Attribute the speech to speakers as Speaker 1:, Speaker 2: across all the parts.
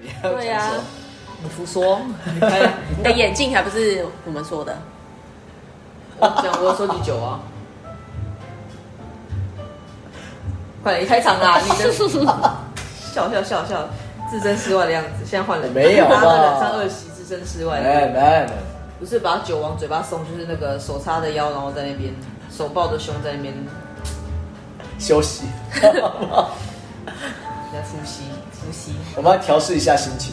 Speaker 1: 啊
Speaker 2: 说，
Speaker 1: 你胡 说，你的眼镜还不是我们说的？
Speaker 2: 我讲哦我有说你酒啊。快点，你开 场啦！你的笑笑笑笑，置身事外的样子，现在换人
Speaker 3: 没有哎
Speaker 2: 他的
Speaker 3: 吧
Speaker 2: 冷上恶习，置身事外。
Speaker 3: 没没没，
Speaker 2: 不是把酒往嘴巴送，就是那个手叉着腰，然后在那边手抱着胸在那边
Speaker 3: 休息，
Speaker 2: 在呼吸呼吸。
Speaker 3: 我们要调试一下心情。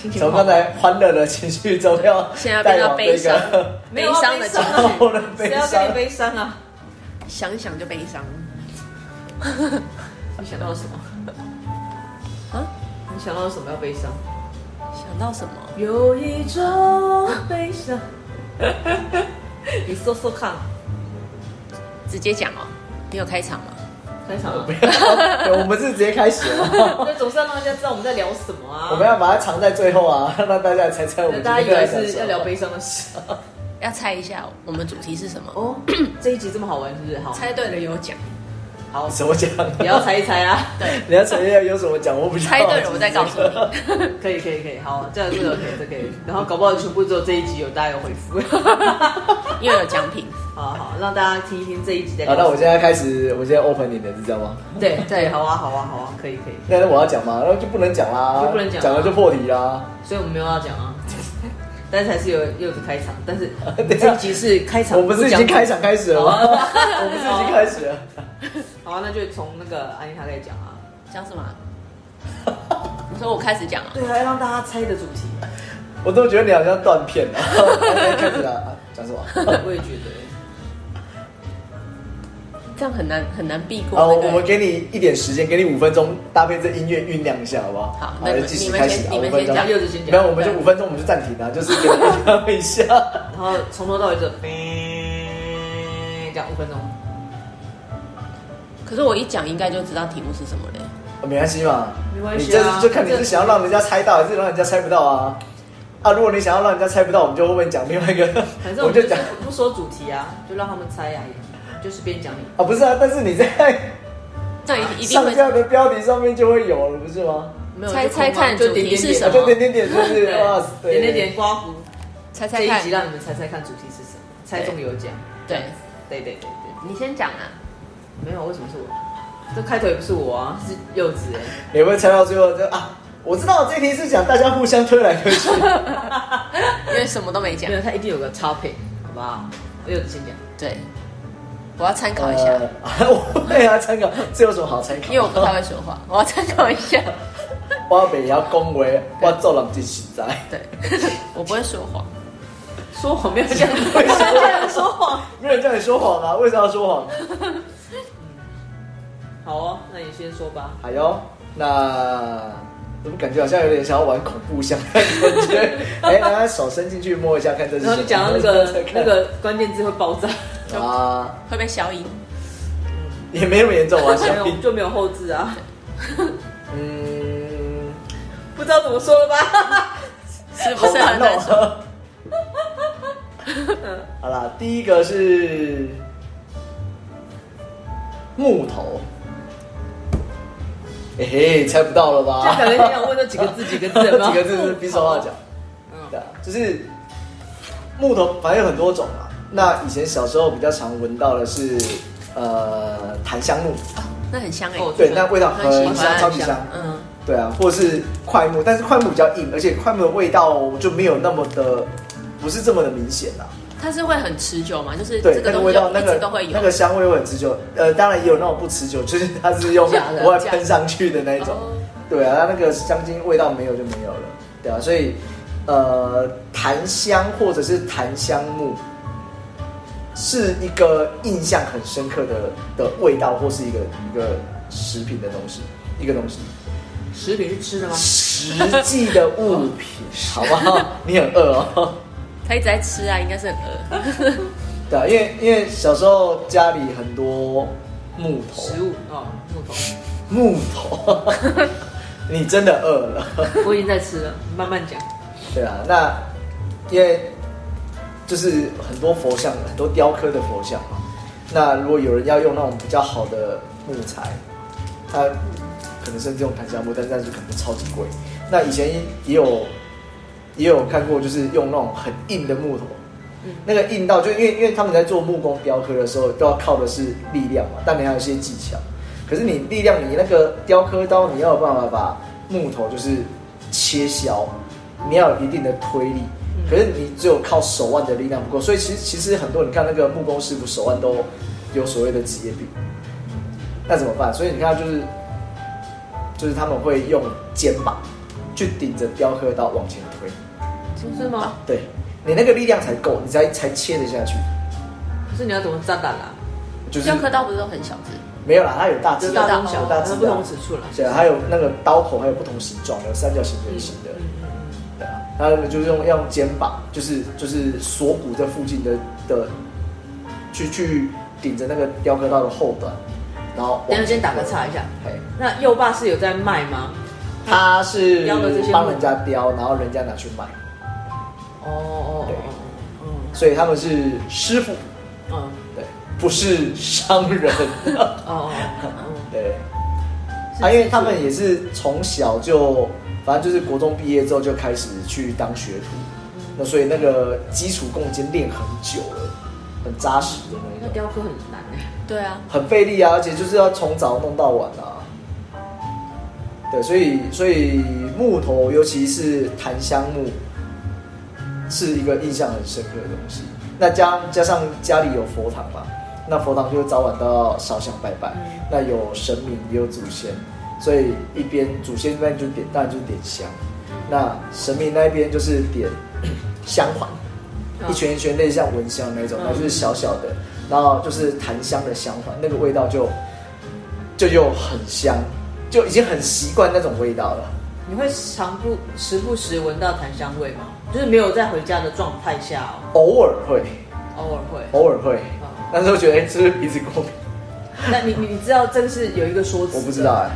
Speaker 2: 心情不
Speaker 3: 从
Speaker 2: 好
Speaker 3: 刚才欢乐的情绪中要
Speaker 1: 现在变
Speaker 3: 带
Speaker 1: 到
Speaker 3: 往
Speaker 1: 悲
Speaker 3: 这
Speaker 1: 伤
Speaker 3: 个，
Speaker 2: 没有啊
Speaker 1: 悲伤的
Speaker 2: 悲伤
Speaker 1: 情
Speaker 2: 啊
Speaker 1: 绪
Speaker 3: 我的 悲
Speaker 2: 谁要跟
Speaker 3: 伤
Speaker 2: 你。悲伤啊？
Speaker 1: 想一想就悲伤。
Speaker 2: 你想到了什么？
Speaker 1: 啊？
Speaker 2: 你想到了什么要悲伤？
Speaker 1: 想到什么？
Speaker 2: 有一种悲伤。 你说说看，
Speaker 1: 直接讲哦。你有开场吗？
Speaker 2: 开场啊
Speaker 3: 不要 对我们是直接开始了，
Speaker 2: 那总是要让大家知道我们在聊什么啊。
Speaker 3: 我们要把它藏在最后啊， 让大家来猜猜我
Speaker 2: 那
Speaker 3: 们
Speaker 2: 大家
Speaker 3: 今
Speaker 2: 以为
Speaker 3: 天在
Speaker 2: 是要聊
Speaker 3: 聊
Speaker 2: 悲伤的事
Speaker 1: 要猜一下我们主题是什么？
Speaker 2: 哦。 这一集这么好玩是不是？好，
Speaker 1: 猜对了有奖，
Speaker 2: 好，
Speaker 3: 什么讲？
Speaker 2: 你要猜一猜啊。
Speaker 1: 对，
Speaker 3: 你要承认有什么讲？我不知道。
Speaker 1: 猜对了我再告诉你。
Speaker 2: 可以可以可以，好，这样这个可以，这可以。然后搞不好全部只有这一集有大家有回复。
Speaker 1: 因为有奖品。
Speaker 2: 好好，让大家听一听这一集在
Speaker 3: 好，
Speaker 2: 聊什
Speaker 3: 那
Speaker 2: 么。
Speaker 3: 我现在开始，我现在 open 你的，是这样吗？
Speaker 2: 对对，好啊好啊好啊，可以可以。
Speaker 3: 那我要讲嘛，那就不能讲啦，
Speaker 2: 就不能讲啊
Speaker 3: 了就破题啦。
Speaker 2: 所以我们没有要 讲啊，但是还是有又是开场，但是这一集是开场，
Speaker 3: 啊我不是已经开场开始了吗？
Speaker 2: 好啊
Speaker 3: 我不是已经开始了？
Speaker 2: 好啊，那就从那个安妮塔开始讲啊。
Speaker 1: 讲什么啊？你说我开始讲啊？
Speaker 2: 对啊，要让大家猜的主题，
Speaker 3: 我都觉得你好像断片了。 开始了，啊讲什么？
Speaker 2: 我也觉得。
Speaker 1: 这样很难很难避过
Speaker 3: 好，哦我
Speaker 1: 那个
Speaker 3: 我们给你一点时间，给你五分钟，搭配这音乐酝酿一下，好不好？
Speaker 1: 好那
Speaker 3: 那
Speaker 1: 你
Speaker 3: 就
Speaker 1: 们
Speaker 3: 计时开始啊，
Speaker 1: 你们
Speaker 3: 五
Speaker 1: 先
Speaker 3: 分钟
Speaker 1: 你们先讲。
Speaker 2: 柚子先
Speaker 3: 没有，
Speaker 2: 讲，
Speaker 3: 我们就
Speaker 1: 对
Speaker 3: 五分钟，我们就暂停了，就是给你酝 酿一下。
Speaker 2: 然后从头到尾就嗯讲五分钟。
Speaker 1: 可是我一讲应该就知道题目是什么嘞。
Speaker 3: 没关系嘛，
Speaker 2: 没关
Speaker 3: 你
Speaker 2: 系
Speaker 3: 这
Speaker 2: 啊
Speaker 3: 就看你是想要让人家猜到，还是让人家猜不到啊？啊，如果你想要让人家猜不到，我们就后面讲另外一个，
Speaker 2: 反正
Speaker 3: 我
Speaker 2: 我
Speaker 3: 们
Speaker 2: 们
Speaker 3: 就
Speaker 2: 就
Speaker 3: 是讲
Speaker 2: 不说主题啊，就让他们猜啊，就是边讲你。
Speaker 3: 啊，不是啊，但是你在
Speaker 1: 那一一定
Speaker 3: 上
Speaker 1: 会哦
Speaker 3: 架的标题上面就会有了，不是吗？
Speaker 2: 没有
Speaker 1: 猜
Speaker 2: 就空嘛
Speaker 1: 猜看
Speaker 2: 就
Speaker 1: 主题
Speaker 2: 点点
Speaker 1: 是
Speaker 2: 点
Speaker 1: 什
Speaker 3: 啊
Speaker 1: 么
Speaker 3: 就点点点就是
Speaker 2: 对
Speaker 3: 哇塞，
Speaker 2: 点点点刮胡。
Speaker 1: 猜
Speaker 2: 这
Speaker 1: 猜
Speaker 2: 一
Speaker 1: 看
Speaker 2: 集。让你们猜猜看主题是什么，猜中有奖。
Speaker 1: 对，
Speaker 2: 对对对对，
Speaker 1: 你先讲啊。
Speaker 2: 没有，为什么是我？这开头也不是我啊，是柚子哎、
Speaker 3: 你会猜到最后就啊，我知道这一题是讲大家互相推来推去，
Speaker 1: 因为什么都没讲
Speaker 2: 没。有，他一定有个 topic，好不好？柚子先讲，
Speaker 1: 对，我要参考一下，
Speaker 3: 呃，我会啊参考，这有什么好参考？
Speaker 1: 因为我不太会说话，我要参考一下。
Speaker 3: 我北要恭维，我做人真实在。
Speaker 1: 对，我不会说谎。
Speaker 2: 说谎没有这样，
Speaker 3: 为什么
Speaker 2: 这样说谎。
Speaker 3: 没有人叫你说谎啊，为什么要说谎？
Speaker 2: 好哦，那你先说吧。
Speaker 3: 哎呦，那怎么感觉好像有点想要玩恐怖箱的感 觉？哎，大家手伸进去摸一下，看这是什
Speaker 2: 然
Speaker 3: 么。
Speaker 2: 后你讲到那个那个关键字会爆炸，
Speaker 3: 啊，
Speaker 1: 会被消音。
Speaker 3: 也没那么严重啊，
Speaker 2: 没
Speaker 3: 小
Speaker 2: 有
Speaker 3: 兵。
Speaker 2: 就没有后置啊，
Speaker 3: 嗯，
Speaker 2: 不知道怎么说了吧？
Speaker 1: 是不是很难受？
Speaker 3: 哦。 好啦，第一个是木头。嘿嘿，猜不到了
Speaker 2: 就
Speaker 3: 吧？
Speaker 2: 感觉你想问那几个字几个字有没有？
Speaker 3: 啊几个字是比手画脚。对
Speaker 2: 嗯，
Speaker 3: 啊，就是木头，反正有很多种嘛。那以前小时候比较常闻到的是呃檀香木，
Speaker 1: 那很香哎、
Speaker 2: 哦
Speaker 3: 对，那味道
Speaker 1: 很喜
Speaker 3: 很
Speaker 1: 欢
Speaker 3: 香，超级香。
Speaker 1: 嗯，
Speaker 3: 对啊，或是块木，但是块木比较硬，而且块木的味道就没有那么的，不是这么的明显啊啦。
Speaker 1: 它是会很持久嘛，就是
Speaker 3: 对
Speaker 1: 这，个
Speaker 3: 那个
Speaker 1: 东
Speaker 3: 味
Speaker 1: 西
Speaker 3: 道，
Speaker 1: 我
Speaker 3: 那
Speaker 1: 一直
Speaker 3: 个
Speaker 1: 都会有。
Speaker 3: 那个香味会很持久。呃，当然也有那种不持久， 就是它是用
Speaker 1: 假 的
Speaker 3: 额外
Speaker 1: 假的
Speaker 3: 喷上去的那一种。
Speaker 1: 哦
Speaker 3: 对啊，它那个香精味道没有就没有了，对啊，所以呃，檀香或者是檀香木是一个印象很深刻的的味道，或是一个一个食品的东西，一个东西，
Speaker 2: 食品是吃的吗？
Speaker 3: 实际的物品，好不好？你很饿哦。
Speaker 1: 它一直在吃啊，应该是很饿。
Speaker 3: 对啊，因为因为小时候家里很多木头，
Speaker 2: 食物哦，木头，
Speaker 3: 木头，你真的饿了。
Speaker 2: 我已经在吃了，你慢慢讲。
Speaker 3: 对啊，那因为就是很多佛像，很多雕刻的佛像嘛。那如果有人要用那种比较好的木材，它可能甚至用檀香木，但是那就可能超级贵。那以前也有也有看过，就是用那种很硬的木头，那个硬到就因为因为他们在做木工雕刻的时候，都要靠的是力量嘛，但你还有一些技巧。可是你力量，你那个雕刻刀，你要有办法把木头就是切削，你要有一定的推力。可是你只有靠手腕的力量不够，所以其实其实很多你看那个木工师傅手腕都有所谓的职业病，那怎么办？所以你看他就是就是他们会用肩膀去顶着雕刻刀往前推，
Speaker 2: 是吗？
Speaker 3: 对你那个力量才够，你才才切得下去。嗯
Speaker 2: 可是你要怎么扎胆啊？
Speaker 3: 就是
Speaker 1: 雕刻刀不是都很小只？
Speaker 3: 没有啦，它有大只
Speaker 2: 就
Speaker 3: 的，
Speaker 2: 是大中小
Speaker 3: 有大
Speaker 2: 它
Speaker 3: 只
Speaker 2: 不
Speaker 3: 的啊
Speaker 2: 同，尺寸嗯了。
Speaker 3: 对啊，还有那个刀口还有不同形状的，有三角形、圆形的，对啊，它那个就是用要用肩膀，就是就是锁骨这附近的的，去去顶着那个雕刻刀的后端，然后
Speaker 2: 等一下先打个岔一下，嗯
Speaker 3: 嘿，
Speaker 2: 那右爸是有在卖吗？
Speaker 3: 他是
Speaker 2: 雕了这些木
Speaker 3: 帮人家雕，然后人家拿去卖，
Speaker 2: 哦哦
Speaker 3: 对
Speaker 2: 哦，
Speaker 3: 所以他们是师傅，
Speaker 2: 嗯嗯
Speaker 3: 对，不是商 人，
Speaker 2: 哦哦
Speaker 3: 对。
Speaker 2: 哦，
Speaker 3: 啊，因为他们也嗯是从小就，反正就是国中毕业之后就开始去当学徒，那所以那个基础功已经练很久了，很扎实的那
Speaker 2: 那
Speaker 3: 一种，
Speaker 2: 雕刻很难哎，
Speaker 1: 对啊，
Speaker 3: 很费力啊，而且就是要从早弄到晚啊。对，所以所以木头，尤其是檀香木，是一个印象很深刻的东西。那加加上家里有佛堂嘛，那佛堂就是早晚都要烧香拜拜，那有神明也有祖先，所以一边祖先那边就点，当然就是点香，那神明那边就是点香环，一圈一圈类似像蚊香那种，
Speaker 2: 嗯
Speaker 3: 那就是小小的，然后就是檀香的香环，那个味道就就又很香，就已经很习惯那种味道了。
Speaker 2: 你会常不时不时闻到檀香味吗？就是没有在回家的状态下哦，
Speaker 3: 偶尔会，
Speaker 2: 偶尔会。
Speaker 3: 偶尔会，但是我觉得哎、是不是鼻子过敏？
Speaker 2: 那你你你知道这个是有一个说辞？
Speaker 3: 我不知道，哎、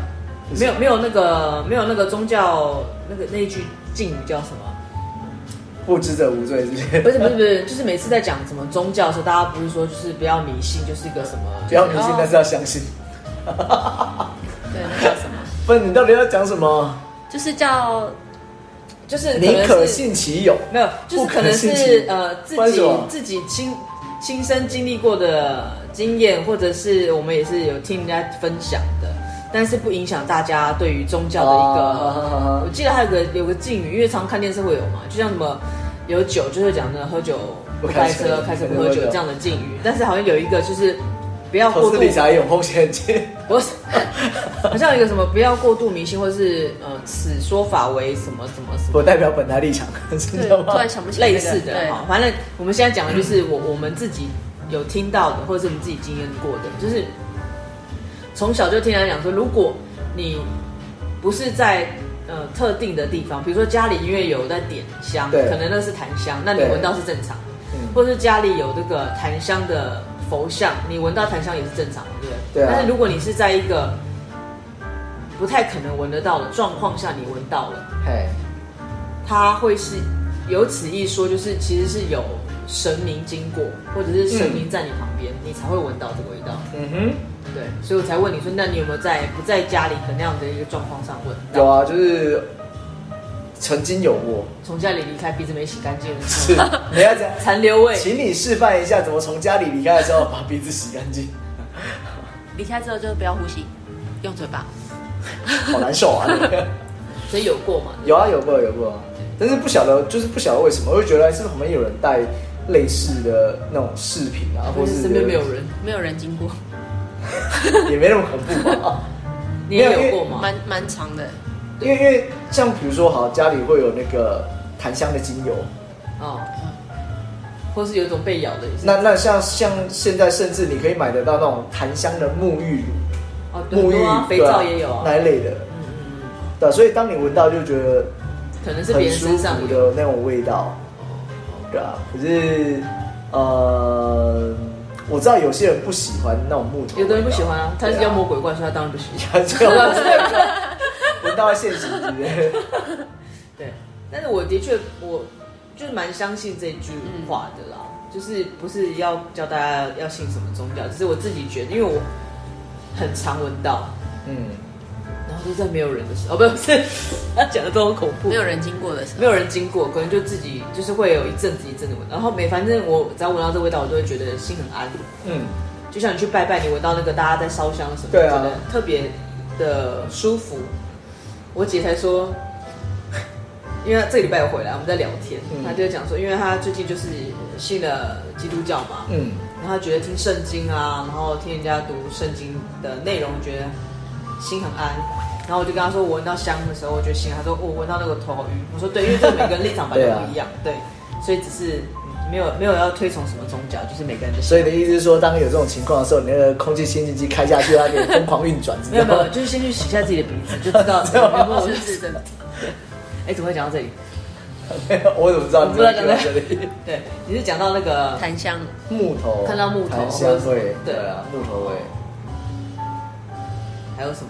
Speaker 2: 没有没有那个没有那个宗教那个那一句敬语叫什么？
Speaker 3: 不知者无罪是不是？
Speaker 2: 不是不是不是，就是每次在讲什么宗教的时候，大家不是说就是不要迷信，就是一个什么
Speaker 3: 不要迷信
Speaker 2: 哦，
Speaker 3: 但是要相信。
Speaker 1: 对，那叫什么？
Speaker 3: 不然你到底要讲什么？
Speaker 1: 就是 叫
Speaker 2: 就是
Speaker 3: 你
Speaker 2: 能
Speaker 3: 可
Speaker 2: 是
Speaker 3: 信其有，
Speaker 2: 没有，就是可能
Speaker 3: 不可信
Speaker 2: 是
Speaker 3: 其
Speaker 2: 呃自
Speaker 3: 不然
Speaker 2: 己
Speaker 3: 什么
Speaker 2: 自己亲亲身经历过的经验，或者是我们也是有听人家分享的，但是不影响大家对于宗教的一个。
Speaker 3: 哦好好好
Speaker 2: 我记得还有个有个敬语，因为常看电视会有嘛，就像什么有酒就会讲的喝酒不开车，
Speaker 3: 不
Speaker 2: 开
Speaker 3: 开车
Speaker 2: 车不喝酒这样的敬语，但是好像有一个就是不要过
Speaker 3: 投
Speaker 2: 度
Speaker 3: 资理财有风险，
Speaker 2: 不是， 好像有一个什么不要过度迷信，或是呃此说法为什么什么什么
Speaker 3: 我代表本台立场，知
Speaker 1: 对，
Speaker 3: 道吗
Speaker 1: 突？然想不起来那
Speaker 2: 类
Speaker 1: 个
Speaker 2: 似的
Speaker 1: 对
Speaker 2: 哈。反正我们现在讲的就是我我们自己有听到的，或者是我们自己经验过的，就是从小就听人家讲说，如果你不是在呃特定的地方，比如说家里因为有在点香，
Speaker 3: 对
Speaker 2: 可能那是檀香，那你
Speaker 3: 对
Speaker 2: 闻到是正常的，
Speaker 3: 嗯
Speaker 2: 或者是家里有这个檀香的佛像，你闻到檀香也是正常的，对不对？
Speaker 3: 对啊
Speaker 2: 但是如果你是在一个不太可能闻得到的状况下，你闻到了。
Speaker 3: 嘿，
Speaker 2: 它会是有此一说，就是其实是有神明经过，或者是神明在你旁边，你才会闻到这个味道。
Speaker 3: 嗯哼。
Speaker 2: 对，所以我才问你说，那你有没有在不在家里可能那样的一个状况上闻到？
Speaker 3: 有啊，就是曾经有过，
Speaker 2: 从家里离开，鼻子没洗干净的时
Speaker 3: 是
Speaker 2: 候，
Speaker 3: 你要讲，
Speaker 2: 残留味。
Speaker 3: 请你示范一下怎么从家里离开的时候把鼻子洗干净，
Speaker 1: 离开之后就不要呼吸，用嘴巴。
Speaker 3: 好难受啊！那 个
Speaker 2: 所以有过嘛？
Speaker 3: 有啊，有过有过，但是不晓得就是不晓得为什么，我就觉得是不是旁边有人带类似的那种饰品啊，或
Speaker 2: 或者
Speaker 3: 是
Speaker 2: 是身边没有人，
Speaker 1: 没有人经过，
Speaker 3: 也没那么恐怖吧？
Speaker 2: 你也
Speaker 3: 没有因
Speaker 2: 有
Speaker 3: 为
Speaker 2: 过吗
Speaker 1: 蛮？蛮长的。
Speaker 3: 因为因为像比如说好，家里会有那个檀香的精油，
Speaker 2: 哦，或是有一种被咬的也是。
Speaker 3: 那那像像现在甚至你可以买得到那种檀香的沐浴乳、
Speaker 2: 哦，
Speaker 3: 沐
Speaker 2: 对很
Speaker 3: 浴
Speaker 2: 多啊，肥
Speaker 3: 对啊
Speaker 2: 皂也有啊。
Speaker 3: 那一类的，
Speaker 2: 嗯嗯嗯，
Speaker 3: 对啊，所以当你闻到就觉得
Speaker 2: 可能是
Speaker 3: 很
Speaker 2: 别人
Speaker 3: 舒
Speaker 2: 身上
Speaker 3: 服
Speaker 2: 有。哦
Speaker 3: 的那种味道，对啊。可是呃，我知道有些人不喜欢那种木头味道，
Speaker 2: 有的人不喜欢啊，他是妖魔
Speaker 3: 摸，
Speaker 2: 鬼怪，所以他当然不喜欢。
Speaker 3: 这个我真的不知道 闻到现实级 的，
Speaker 2: 对，但是我的确我就是蛮相信这句话的
Speaker 1: 嗯
Speaker 2: 啦，就是不是要教大家要信什么宗教，只是我自己觉得，因为我很常闻到，
Speaker 3: 嗯，
Speaker 2: 然然后就在没有人的时候，哦，不是， 他讲的都很恐怖，
Speaker 1: 没有人经过的时候，
Speaker 2: 没有人经过，可能就自己就是会有一阵子一阵子闻，然后每反正我只要闻到这味道，我就会觉得心很安。
Speaker 3: 嗯，
Speaker 2: 就像你去拜拜，你闻到那个大家在烧香什么，
Speaker 3: 对啊
Speaker 2: 觉得特别的舒服。我姐才说， 因为她这个礼拜有回来，我们在聊天，
Speaker 3: 嗯
Speaker 2: 她就讲说，因为她最近就是信了基督教嘛，
Speaker 3: 嗯，
Speaker 2: 然后她觉得听圣经啊，然后听人家读圣经的内容，觉得心很安。然后我就跟她说，我闻到香的时候，我觉得心安。她说，我闻到那个头好晕。我说，对，因为这每个人立场本来就不一样，对，所以只是嗯没有没有要推崇什么宗教，就是每个人的
Speaker 3: 所以你的意思是说，当有这种情况的时候，你那个空气清净机开下去，它可以疯狂运转，知
Speaker 2: 没有
Speaker 3: 道
Speaker 2: 没有，
Speaker 3: 吗？
Speaker 2: 就是先去洗一下自己的鼻子，就知 道
Speaker 3: 知道
Speaker 2: 有没有
Speaker 1: 是是真的，
Speaker 2: 哎、怎么会讲到这里？
Speaker 3: 啊没有， 我怎么知道？
Speaker 2: 我不知道讲
Speaker 3: 在
Speaker 2: 到
Speaker 3: 这里。
Speaker 2: 对，你是讲到那个
Speaker 1: 檀香
Speaker 3: 木头，
Speaker 2: 看到木头
Speaker 3: 檀香
Speaker 2: 或者
Speaker 3: 味，
Speaker 2: 对
Speaker 3: 对啊，木头味。
Speaker 2: 还有什么？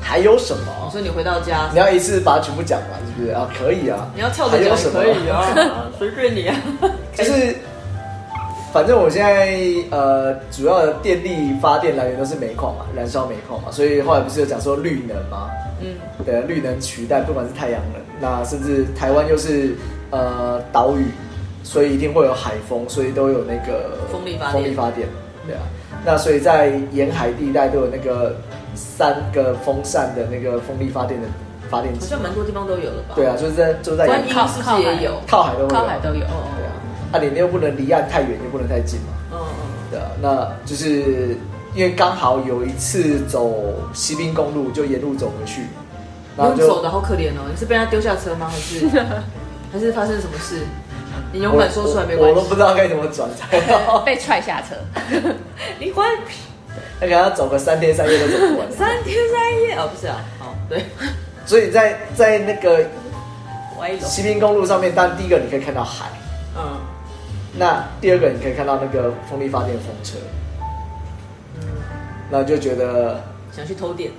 Speaker 3: 还有什
Speaker 2: 我
Speaker 3: 么？
Speaker 2: 说你回到家
Speaker 3: 你，要一次把它全部讲完，是不是啊？可以啊。
Speaker 2: 你要跳着
Speaker 3: 还有
Speaker 2: 讲
Speaker 3: 什
Speaker 2: 也
Speaker 3: 么
Speaker 2: 可以 啊，随便 你啊。
Speaker 3: 就是，反正我现在呃，主要的电力发电来源都是煤矿嘛，燃烧煤矿嘛，所以后来不是有讲说绿能吗？
Speaker 2: 嗯，
Speaker 3: 对，绿能取代不管是太阳能，那甚至台湾又是呃岛屿，所以一定会有海风，所以都有那个
Speaker 2: 风力发电
Speaker 3: 风力发电，对啊。那所以在沿海地带都有那个三个风扇的那个风力发电的发电
Speaker 2: 好
Speaker 3: 机，
Speaker 2: 像蛮多地方都有了吧？
Speaker 3: 对啊，就是在就是在沿
Speaker 2: 观
Speaker 1: 关
Speaker 2: 音
Speaker 1: 于
Speaker 3: 海
Speaker 1: 靠
Speaker 2: 是不
Speaker 1: 靠
Speaker 2: 是
Speaker 1: 海
Speaker 2: 也有？
Speaker 3: 靠海都会有，
Speaker 1: 靠海都有，哦
Speaker 3: 对啊，啊你又不能离岸太远，又不能太近嘛，
Speaker 2: 嗯嗯，
Speaker 3: 对啊，那就是因为刚好有一次走西滨公路，就沿路走回去，然后
Speaker 2: 用走
Speaker 3: 就
Speaker 2: 的好可怜哦，你是被他丢下车吗？还 是还是发生什么事？你勇敢说出来没
Speaker 3: 我
Speaker 2: 关
Speaker 3: 我都不
Speaker 2: 系，
Speaker 3: 知道该怎么转才好，
Speaker 1: 哦被踹下车，
Speaker 2: 你关。
Speaker 3: 那给他走个三天三夜都走不完
Speaker 2: 三天三夜哦，不是啊，哦对，
Speaker 3: 所以在在那个
Speaker 2: 歪楼，
Speaker 3: 西滨公路上面，当然第一个你可以看到海，
Speaker 2: 嗯。
Speaker 3: 那第二个你可以看到那个风力发电风车，那就觉得
Speaker 2: 嗯想去偷电，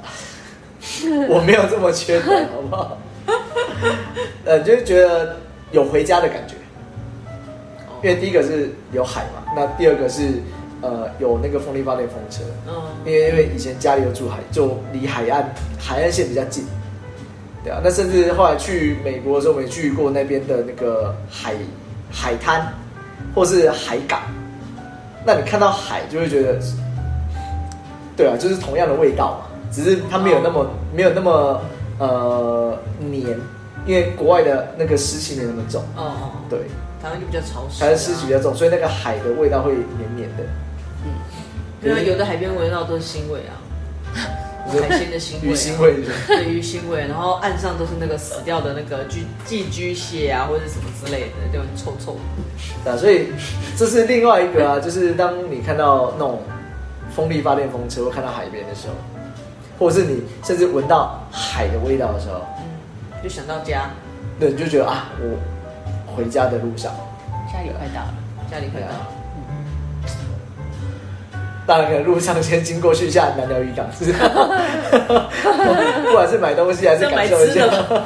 Speaker 3: 我没有这么缺德，好不好？呃，就是觉得有回家的感觉，
Speaker 2: 哦
Speaker 3: 因为第一个是有海嘛，那第二个是呃有那个风力发电风车，
Speaker 2: 嗯，
Speaker 3: 因为因为以前家里有住海，就离海岸海岸线比较近，对啊。那甚至后来去美国的时候，我们也去过那边的那个海海滩或是海港，那你看到海就会觉得，对啊，就是同样的味道嘛，只是它没有那么、
Speaker 2: 哦
Speaker 3: 没有那么呃黏，因为国外的那个湿气没那么重，
Speaker 2: 哦哦，
Speaker 3: 对，
Speaker 2: 台湾就比较潮湿、啊，
Speaker 3: 还是湿气比较重，所以那个海的味道会黏黏的。
Speaker 2: 因为啊有的海边闻到都是腥味啊，海鲜的腥味、啊，
Speaker 3: 鱼腥味是不是
Speaker 2: 对鱼腥味，然后岸上都是那个死掉的那个寄寄居蟹啊，或者什么之类的，就很臭臭的。
Speaker 3: 对啊，所以这是另外一个啊，就是当你看到那种风力发电风车，或看到海边的时候，或者是你甚至闻到海的味道的时候，
Speaker 2: 嗯，就想到家，
Speaker 3: 对，你就觉得啊，我回家的路上，啊
Speaker 1: 家里快到了，
Speaker 2: 家里快到了，
Speaker 3: 当然可能路上先经过去一下南寮渔港，是 吧不管是买东西还是
Speaker 2: 这
Speaker 3: 感
Speaker 2: 买
Speaker 3: 受一
Speaker 2: 吃
Speaker 3: 下
Speaker 2: 的，吧。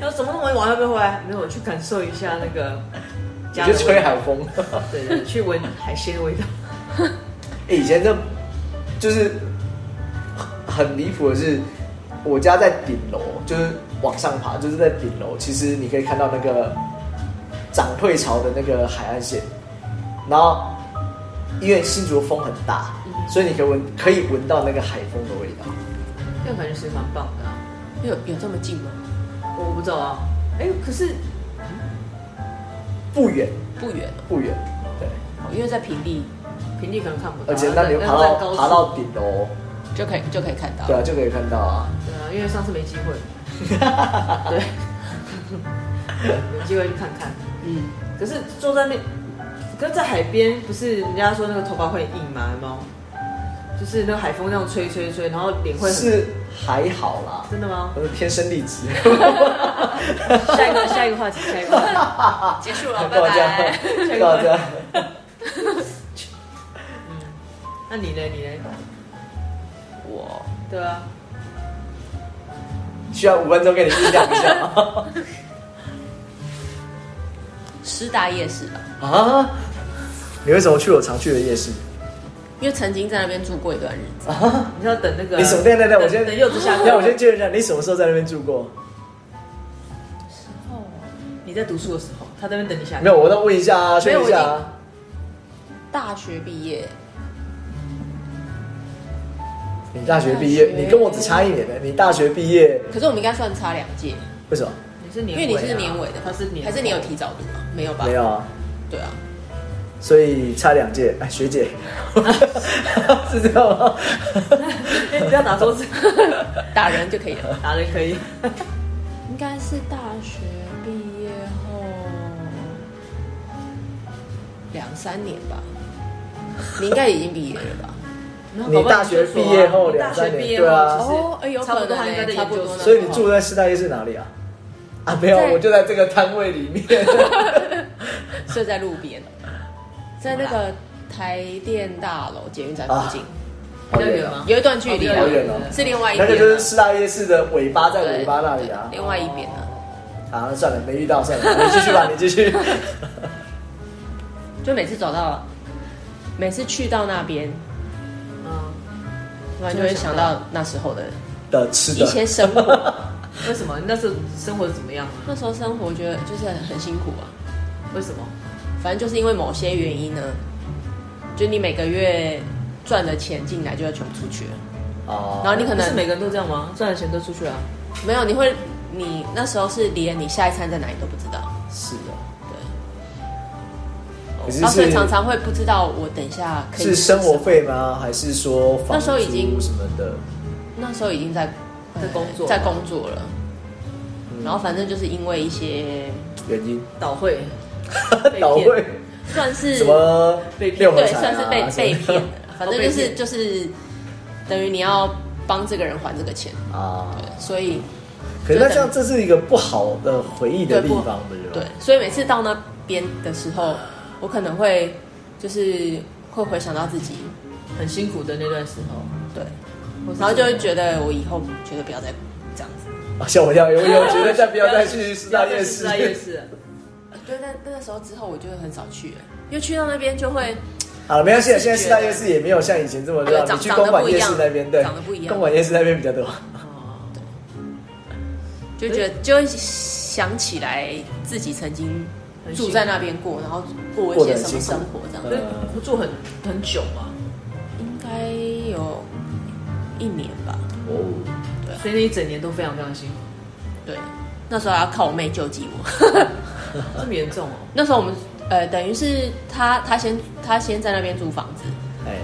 Speaker 2: 然后什么东西往那边回来？没有，我去感受一下那个
Speaker 3: 你
Speaker 2: 家的
Speaker 3: 就
Speaker 2: 味
Speaker 3: 吹
Speaker 2: 道
Speaker 3: 海，风。
Speaker 2: 对对，去闻海鲜的味 道。
Speaker 3: 欸以前这就是很很离谱的是，我家在顶楼，就是往上爬，就是在顶楼，其实你可以看到那个涨退潮的那个海岸线，然后因为新竹的风很大，
Speaker 2: 嗯
Speaker 3: 所以你可以闻可以闻到那个海风的味道。
Speaker 2: 这样感觉其实蛮棒的啊、
Speaker 1: 有有这么近吗？
Speaker 2: 我不知道啊，哎、可是
Speaker 3: 不远
Speaker 1: 不远，
Speaker 3: 不远，对，
Speaker 1: 哦因为在平地
Speaker 2: 平地可能看不到，
Speaker 3: 而且哦那你
Speaker 2: 啊那
Speaker 3: 爬
Speaker 2: 那
Speaker 3: 到
Speaker 2: 高处
Speaker 3: 爬到顶楼，
Speaker 1: 就可以就可以看到
Speaker 3: 对。啊，就可以看到啊。
Speaker 2: 对啊，因为上次没机 会，对， 有机会去看看。
Speaker 1: 嗯，
Speaker 2: 可是坐在那，可是在海边不是人家说那个头发会硬吗？有没有？就是那个海风那样吹吹吹，然后脸会很
Speaker 3: 是还好啦，
Speaker 2: 真的吗？
Speaker 3: 我是天生丽 质。
Speaker 2: 下一个下一个话题，下一个话题，
Speaker 1: 结束
Speaker 3: 干嘛
Speaker 1: 了，拜
Speaker 3: 这样
Speaker 1: 拜。？
Speaker 2: 拜拜
Speaker 3: 干嘛这样？
Speaker 2: 嗯那你呢？你呢？
Speaker 1: 我
Speaker 2: 对啊，
Speaker 3: 需要五分钟给你酝酿一下吗？
Speaker 1: 师大夜市吧，
Speaker 3: 啊啊？你为什么去我常去的夜市？
Speaker 1: 因为曾经在那边住过一段日子，
Speaker 3: 啊，
Speaker 2: 你要等那个
Speaker 3: 你什么？对对对，我先
Speaker 2: 等柚子下课
Speaker 3: 那我先确认一下，你什么时候在那边住过？
Speaker 2: 你在读书的时候，他在那边等你下课
Speaker 3: 没有，我再问一下啊，确
Speaker 1: 没有
Speaker 3: 认一下啊。
Speaker 1: 大学毕业，
Speaker 3: 你大学毕业，
Speaker 1: 大学
Speaker 3: 你跟我只差一年的，你大学毕业
Speaker 1: 可是我们应该算差两届，
Speaker 3: 为什么？
Speaker 2: 你是年
Speaker 1: 因
Speaker 2: 尾啊
Speaker 1: 为你是年尾的，
Speaker 2: 他是年，
Speaker 1: 还是你有？提早读吗？没有吧？
Speaker 3: 没有，啊，
Speaker 1: 对啊，
Speaker 3: 所以差两届。哎，学 姐，是这样吗？
Speaker 2: 不要打桌 子，
Speaker 1: 打人就可以了。
Speaker 2: 打人可以。
Speaker 1: 应该是大学毕业后两三年 吧，你应该已经毕业了吧？
Speaker 3: 你大学毕业后
Speaker 2: 你
Speaker 3: 两
Speaker 2: 大
Speaker 3: 三
Speaker 2: 学
Speaker 3: 年
Speaker 2: 毕业
Speaker 3: 对啊
Speaker 2: 后其实
Speaker 1: 哦哎有可能
Speaker 2: 差不多他应该在
Speaker 1: 差
Speaker 2: 研
Speaker 1: 不
Speaker 2: 究
Speaker 1: 多
Speaker 2: 所，
Speaker 3: 所以你住在师大夜市哪里啊？啊，没有，
Speaker 1: 在
Speaker 3: 我就在这个摊位里 面。
Speaker 1: 睡在路边，在那个台电大楼捷运站附近，
Speaker 2: 比
Speaker 3: 好
Speaker 2: 较
Speaker 3: 远
Speaker 2: 远
Speaker 3: 啊
Speaker 2: 吗？
Speaker 1: 有一段距离啊
Speaker 3: 好远哦
Speaker 1: 是另外一
Speaker 3: 那
Speaker 1: 边啊，
Speaker 3: 个就是师大夜市的尾巴，在
Speaker 1: 对
Speaker 3: 尾巴那里啊
Speaker 1: 对。另外一边啊，
Speaker 3: 啊，那算了，没遇到算 了，你继续吧，你继续。哦
Speaker 1: 就每次走到，每次去到那边，
Speaker 2: 嗯，
Speaker 1: 突然就会想到那时候的
Speaker 3: 的吃
Speaker 1: 一些
Speaker 3: 的，
Speaker 1: 生 活。
Speaker 2: 为什么？你那时候生活怎么样？
Speaker 1: 那时候生活觉得就是很辛苦啊，
Speaker 2: 为什么？
Speaker 1: 反正就是因为某些原因呢，就你每个月赚的钱进来就要全部出去了，
Speaker 3: 哦
Speaker 1: 然后你可
Speaker 2: 不是
Speaker 1: 能
Speaker 2: 每个人都这样吗？赚了钱都出去了、
Speaker 1: 没有，你会你那时候是连你下一餐在哪里都不知道。
Speaker 3: 是的，可
Speaker 1: 对，
Speaker 3: 是
Speaker 1: 然哦后所以
Speaker 3: 是
Speaker 1: 常常会不知道我等一下可以
Speaker 3: 是
Speaker 1: 吃什
Speaker 3: 生
Speaker 1: 么
Speaker 3: 活，费吗？还是说房
Speaker 1: 那时候已经
Speaker 3: 租什么的？
Speaker 1: 那时候已经在
Speaker 2: 在工作
Speaker 1: 在工作了，然后反正就是因为一些
Speaker 3: 嗯原因
Speaker 2: 倒会，
Speaker 3: 倒会
Speaker 1: 算是
Speaker 3: 什么
Speaker 2: 被骗
Speaker 3: 六合
Speaker 1: 对，
Speaker 3: 彩
Speaker 1: 算是被
Speaker 3: 啊
Speaker 1: 被
Speaker 3: 什
Speaker 1: 骗
Speaker 3: 么
Speaker 1: 的 啦，反正就
Speaker 2: 被
Speaker 1: 是
Speaker 2: 骗
Speaker 1: 就是等于你要帮这个人还这个钱，
Speaker 3: 的啊
Speaker 1: 对，所以
Speaker 3: 可是那这样这是一个不好的回忆的地方的人，
Speaker 1: 对，所以每次到那边的时候，我可能会就是会回想到自己，
Speaker 2: 很辛苦的那段时候，
Speaker 1: 对，然后就会觉得我以后觉得不要再这样子。
Speaker 3: 啊，吓我一跳，有 有觉得再不要再去师大夜市
Speaker 2: 不要再去师大夜市，
Speaker 1: 对，但那个时候之后我就很少去了，因为去到那边就会
Speaker 3: 好了，没关系，
Speaker 1: 自觉
Speaker 3: 现在四大夜市也没有像以前这么热闹。
Speaker 1: 哎对长
Speaker 3: 你去公馆夜市那边，对
Speaker 1: 长得不一，样
Speaker 3: 公馆夜市那边比较多。
Speaker 2: 哦，
Speaker 1: 就觉得就会想起来自己曾经
Speaker 2: 很辛苦
Speaker 1: 住在那边过，然后过一
Speaker 3: 过得
Speaker 1: 些
Speaker 3: 很
Speaker 1: 什么
Speaker 3: 辛
Speaker 1: 生
Speaker 3: 苦
Speaker 1: 活这样
Speaker 3: 嗯
Speaker 2: 所。以不住很很久嘛，
Speaker 1: 应该有一年吧。
Speaker 3: 哦，
Speaker 2: 所以那一整年都非常非常辛苦，
Speaker 1: 对，那时候还要靠我妹救济我。
Speaker 2: 这么严重哦。
Speaker 1: 那时候我们呃，等于是她她先她先在那边租房子，
Speaker 3: 哎，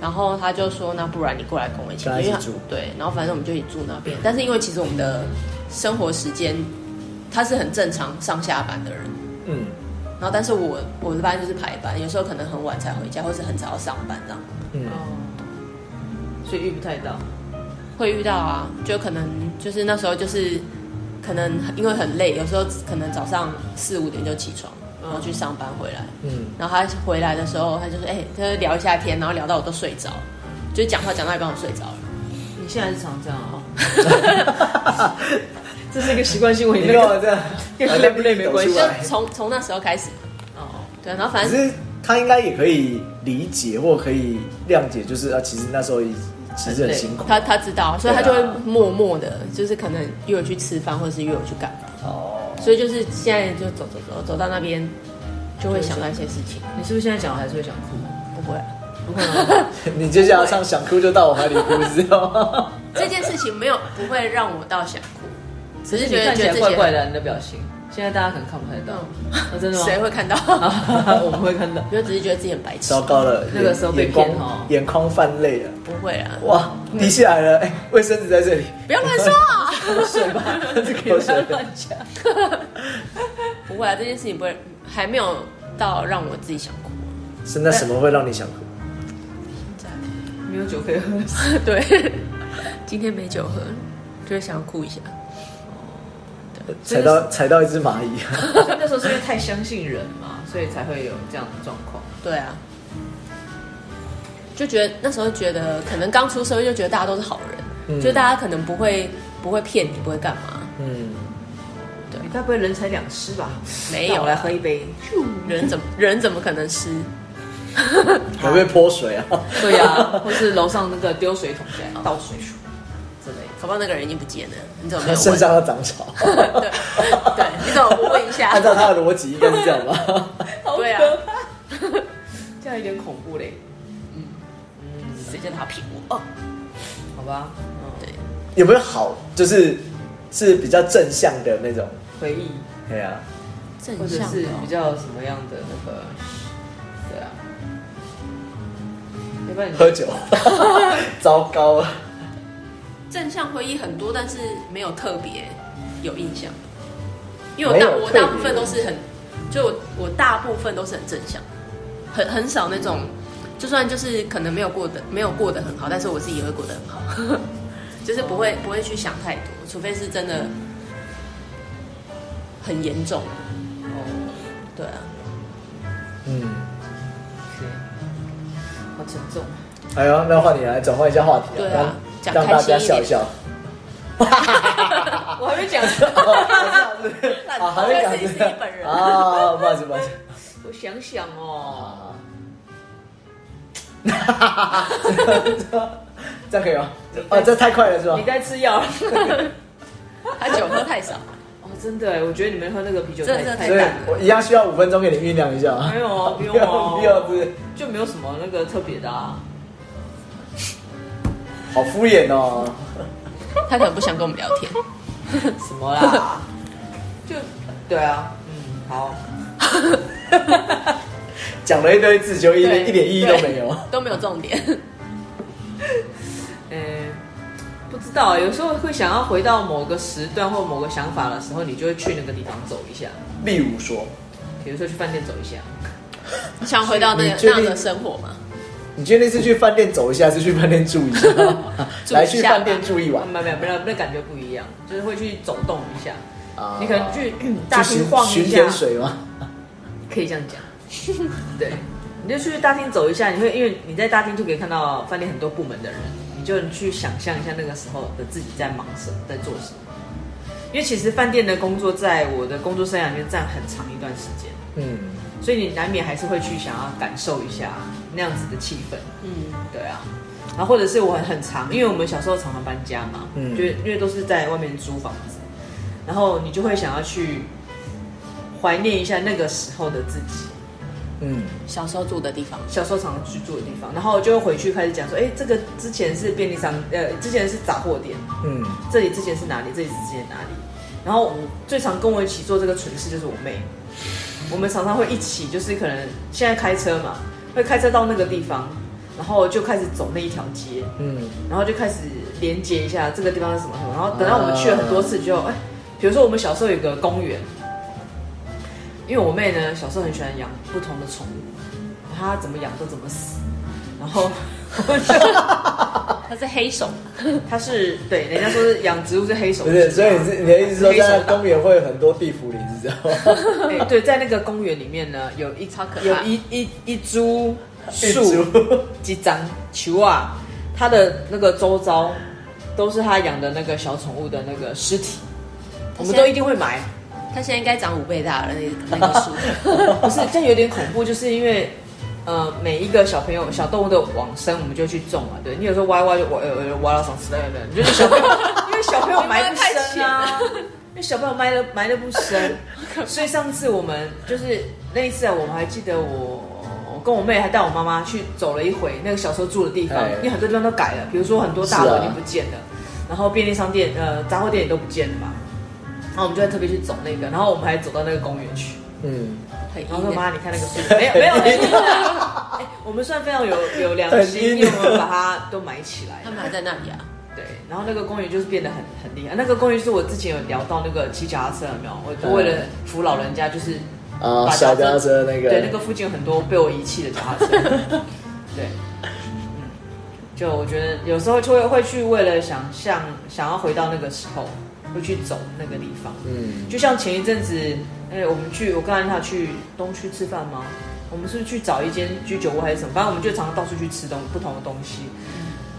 Speaker 1: 然后她就说，那不然你过来跟我一起
Speaker 3: 跟她一起
Speaker 1: 因为她
Speaker 3: 住
Speaker 1: 对，然后反正我们就一起住那边。但是因为其实我们的生活时间，她是很正常上下班的人。
Speaker 3: 嗯，
Speaker 1: 然后，但是我我的班就是排班，有时候可能很晚才回家，或是很早要上班这样，
Speaker 3: 嗯
Speaker 2: 哦，所以遇不太到，
Speaker 1: 会遇到啊，就可能就是那时候就是可能因为很累，有时候可能早上四五点就起床，然后去上班回来，
Speaker 3: 嗯，
Speaker 1: 然后他回来的时候，他就说，哎、他就聊一下天，然后聊到我都睡着，就讲话讲到一半我睡着了，
Speaker 2: 你现在是常这样啊、 哦？ 这是一个习惯性，我
Speaker 3: 你
Speaker 2: 应
Speaker 3: 干嘛这样？
Speaker 2: 跟累不累没关系
Speaker 3: 对
Speaker 1: 就从从那时候开始，
Speaker 2: 哦，
Speaker 1: 对，然后
Speaker 3: 可
Speaker 1: 反正
Speaker 3: 是他应该也可以理解或可以谅解，就是啊，其实那时候其实很辛苦。
Speaker 1: 他他知道，所以他就会
Speaker 3: 对啊
Speaker 1: 默默的，就是可能约我去吃饭，或者是约我去干嘛。
Speaker 3: 哦，
Speaker 1: 所以就是现在就走走走走到那边，就会想到一些事情。
Speaker 2: 你是不是现在讲还是会想哭？
Speaker 1: 不会，啊
Speaker 2: 不会 吗？
Speaker 3: 你接下来唱《想哭就到我怀里哭》知道吗？
Speaker 1: 这件事情没有不会让我到想哭，只是
Speaker 2: 你
Speaker 1: 觉得
Speaker 2: 看起
Speaker 1: 觉
Speaker 2: 来
Speaker 1: 得
Speaker 2: 怪怪
Speaker 1: 的。
Speaker 2: 的啊，你的表情，现在大家可能看不太到。哦真的吗？
Speaker 1: 谁会 看到？
Speaker 2: 我们会看 到。
Speaker 1: 就只是觉得自己很白痴
Speaker 3: 糟。糕了，
Speaker 2: 那个时候被
Speaker 3: 眼光
Speaker 2: 骗哦
Speaker 3: 眼眶泛泪了，
Speaker 1: 不会啊，
Speaker 3: 哇，滴下来了，哎，卫生纸在这里，
Speaker 1: 不要乱说啊！
Speaker 3: 水吧，这
Speaker 2: 不
Speaker 3: 口
Speaker 2: 要
Speaker 3: 水。
Speaker 2: 乱讲。
Speaker 1: 不会啊，这件事情不会，还没有到让我自己想 哭。
Speaker 3: 是那什么会让你想哭？
Speaker 2: 没有酒可以喝，
Speaker 1: 对，今天没酒喝，就会想要哭一下。
Speaker 3: 踩到踩到一只蚂蚁。
Speaker 2: 所 以那时候是因为太相信人嘛，所以才会有这样的状况。
Speaker 1: 对啊，就觉得那时候觉得可能刚出社会就觉得大家都是好人，
Speaker 3: 嗯
Speaker 1: 就大家可能不会不会骗你，不会干嘛。
Speaker 3: 嗯，
Speaker 2: 你该不会人财两失吧？
Speaker 1: 没有嗯
Speaker 2: 那我来喝一杯。
Speaker 1: 人怎么人怎么可能失？
Speaker 3: 可能会泼水啊。
Speaker 2: 对呀、或是楼上那个丢水桶起来倒水出之类的。
Speaker 1: 搞不好那个人已经不见了，你怎么没有
Speaker 3: 身
Speaker 1: 问？
Speaker 3: 上要长草，
Speaker 1: 对对，你怎么不问一下？
Speaker 3: 按照他的逻辑应该是这样吧？
Speaker 1: 对啊
Speaker 2: 好可怕， 这样有点恐怖嘞。
Speaker 1: 谁叫他骗我？哦，
Speaker 2: 好吧，嗯
Speaker 1: 对，
Speaker 3: 有没有好，就是是比较正向的那种？
Speaker 2: 回忆
Speaker 3: 对啊，
Speaker 1: 正
Speaker 2: 或者
Speaker 1: 向
Speaker 2: 是
Speaker 1: 的
Speaker 2: 比
Speaker 1: 哦、
Speaker 2: 较什么样的那个，对啊。要不然你
Speaker 3: 喝酒，糟糕了。
Speaker 1: 正向回忆很多，但是没有特别有印象，因为我
Speaker 3: 没
Speaker 1: 大
Speaker 3: 有
Speaker 1: 我
Speaker 3: 特别
Speaker 1: 大部分都是很，就我我大部分都是很正向，很很少那种，就算就是可能没有过得没有过得很好，但是我自己也会过得很好， 就是不会不会去想太多，除非是真的很严重，
Speaker 2: 哦
Speaker 1: 对啊，
Speaker 3: 嗯，
Speaker 2: ，OK，好沉重。
Speaker 3: 哎呦，那换你来转换一下话题
Speaker 1: 对啊
Speaker 3: 让
Speaker 1: 讲
Speaker 3: 让大家
Speaker 1: 开心一点
Speaker 3: 笑一笑。
Speaker 2: 我还没讲，
Speaker 3: 啊，还没讲
Speaker 1: 自己
Speaker 3: 这
Speaker 1: 是
Speaker 3: 个
Speaker 1: 你本人
Speaker 3: 啊，不好意思，不好意思。
Speaker 2: 我想想哦，
Speaker 3: 啊，这样可以吗？啊，这太快了是吧
Speaker 2: 你？在吃药了。
Speaker 1: 他酒喝太少，
Speaker 2: 哦，真的耶，我觉得你们喝那个啤酒
Speaker 1: 真
Speaker 2: 太
Speaker 1: 的真的太
Speaker 3: 所以我一样需要五分钟给你酝酿一下。
Speaker 2: 没有啊，不用
Speaker 3: 不
Speaker 2: 啊，
Speaker 3: 要不要，不是，
Speaker 2: 就没有什么那个特别的啊。
Speaker 3: 好敷衍哦。
Speaker 1: 他可能不想跟我们聊天。
Speaker 2: 什么啦？ 就对啊，嗯，好，
Speaker 3: 讲了一堆字，就一点
Speaker 1: 对
Speaker 3: 一点意义都没有。
Speaker 1: 对都没有重点。
Speaker 2: 嗯，不知道，啊有时候会想要回到某个时段或某个想法的时候，你就会去那个地方走一下，
Speaker 3: 例如说，
Speaker 2: 比如说去饭店走一下。
Speaker 1: 你想回到那
Speaker 3: 你
Speaker 1: 个
Speaker 3: 确
Speaker 1: 那
Speaker 3: 定
Speaker 1: 样的生活吗？
Speaker 3: 你觉得那次去饭店走一下，是去饭店住一下，
Speaker 1: 住一下吧
Speaker 3: 来去饭店住一晚
Speaker 2: 没有没有没有，那感觉不一样，就是会去走动一下。
Speaker 3: 啊
Speaker 2: 你可能去嗯
Speaker 3: 去
Speaker 2: 大厅
Speaker 3: 巡
Speaker 2: 晃
Speaker 3: 巡
Speaker 2: 一下
Speaker 3: 天，水吗？
Speaker 2: 可以这样讲。对，你就去大厅走一下，你会因为你在大厅就可以看到饭店很多部门的人，你就能去想象一下那个时候的自己在忙什么，在做什么。因为其实饭店的工作在我的工作生涯里面占很长一段时间，
Speaker 3: 嗯，
Speaker 2: 所以你难免还是会去想要感受一下那样子的气氛。
Speaker 1: 嗯，
Speaker 2: 对啊，然后或者是我很很常，因为我们小时候常常搬家嘛，
Speaker 3: 嗯
Speaker 2: 嗯，就因为都是在外面租房子，然后你就会想要去怀念一下那个时候的自己，
Speaker 3: 嗯，
Speaker 1: 小时候住的地方，
Speaker 2: 小时候常常居住的地方，然后就会回去开始讲说，哎，这个之前是便利商，呃，之前是杂货店，
Speaker 3: 嗯，
Speaker 2: 这里之前是哪里，这里之前哪里，然后最常跟我一起做这个蠢事就是我妹，我们常常会一起，就是可能现在开车嘛，会开车到那个地方，然后就开始走那一条街，
Speaker 3: 嗯，
Speaker 2: 然后就开始连接一下这个地方是什么什么，然后等
Speaker 3: 啊
Speaker 2: 到我们去了很多次就，哎，比如说我们小时候有个公园，因为我妹呢小时候很喜欢养不同的宠物，她怎么养都怎么死，然后
Speaker 1: 他是黑手，
Speaker 2: 她是对人家说是养植物是黑手
Speaker 3: 不
Speaker 2: 指，
Speaker 3: 是，所以你是你的意思是说，
Speaker 2: 黑手
Speaker 3: 在
Speaker 2: 党
Speaker 3: 公园会有很多地府灵，是这样 吗？
Speaker 2: 哎对，在那个公园里面呢，有一
Speaker 1: 超可怕
Speaker 2: 有一一一株
Speaker 3: 一
Speaker 2: 树
Speaker 3: 株，
Speaker 2: 几张球啊，它的那个周遭都是它养的那个小宠物的那个尸体，我们都一定会买。
Speaker 1: 他现在应该长五倍大了，那那个树。
Speaker 2: 不是，这样有点恐怖，就是因为呃，每一个小朋友小动物的往生，我们就去种嘛。对你有时候挖一挖就挖呃呃挖到上死了，对不对？就是小朋友， 因为小朋友埋不深啊，因为小朋友埋的埋的不深，所以上次我们就是那一次啊，我们还记得我。我跟我妹还带我妈妈去走了一回那个小时候住的地方
Speaker 3: 哎，
Speaker 2: 因为很多地方都改了，比如说很多大
Speaker 3: 是
Speaker 2: 楼
Speaker 3: 啊
Speaker 2: 已经不见了，然后便利商店、呃杂货店也都不见了嘛，然后我们就会特别去走那个，然后我们还走到那个公园去，
Speaker 3: 嗯，
Speaker 1: 很啊阴
Speaker 2: 然后说妈，
Speaker 1: 的
Speaker 2: 你看那个树，没有没有，哎、哎我们算非常有有良心，因为我们把它都埋起来
Speaker 1: 他。们还在那里啊？
Speaker 2: 对，然后那个公园就是变得很很厉害。那个公园是我之前有聊到那个骑脚踏车有没有？我
Speaker 3: 嗯
Speaker 2: 我为了扶老人家，就是
Speaker 3: 啊，
Speaker 2: 把
Speaker 3: 小家车那个，
Speaker 2: 对，那个附近有很多被我遗弃的脚 踏车。对，嗯，就我觉得有时候就会会去为了想象想要回到那个时候，会去走那个地方。
Speaker 3: 嗯，
Speaker 2: 就像前一阵子，哎、我们去，我跟安娜去东区吃饭吗？我们是去找一间居酒屋还是什么？反正我们就常常到处去吃东不同的东西，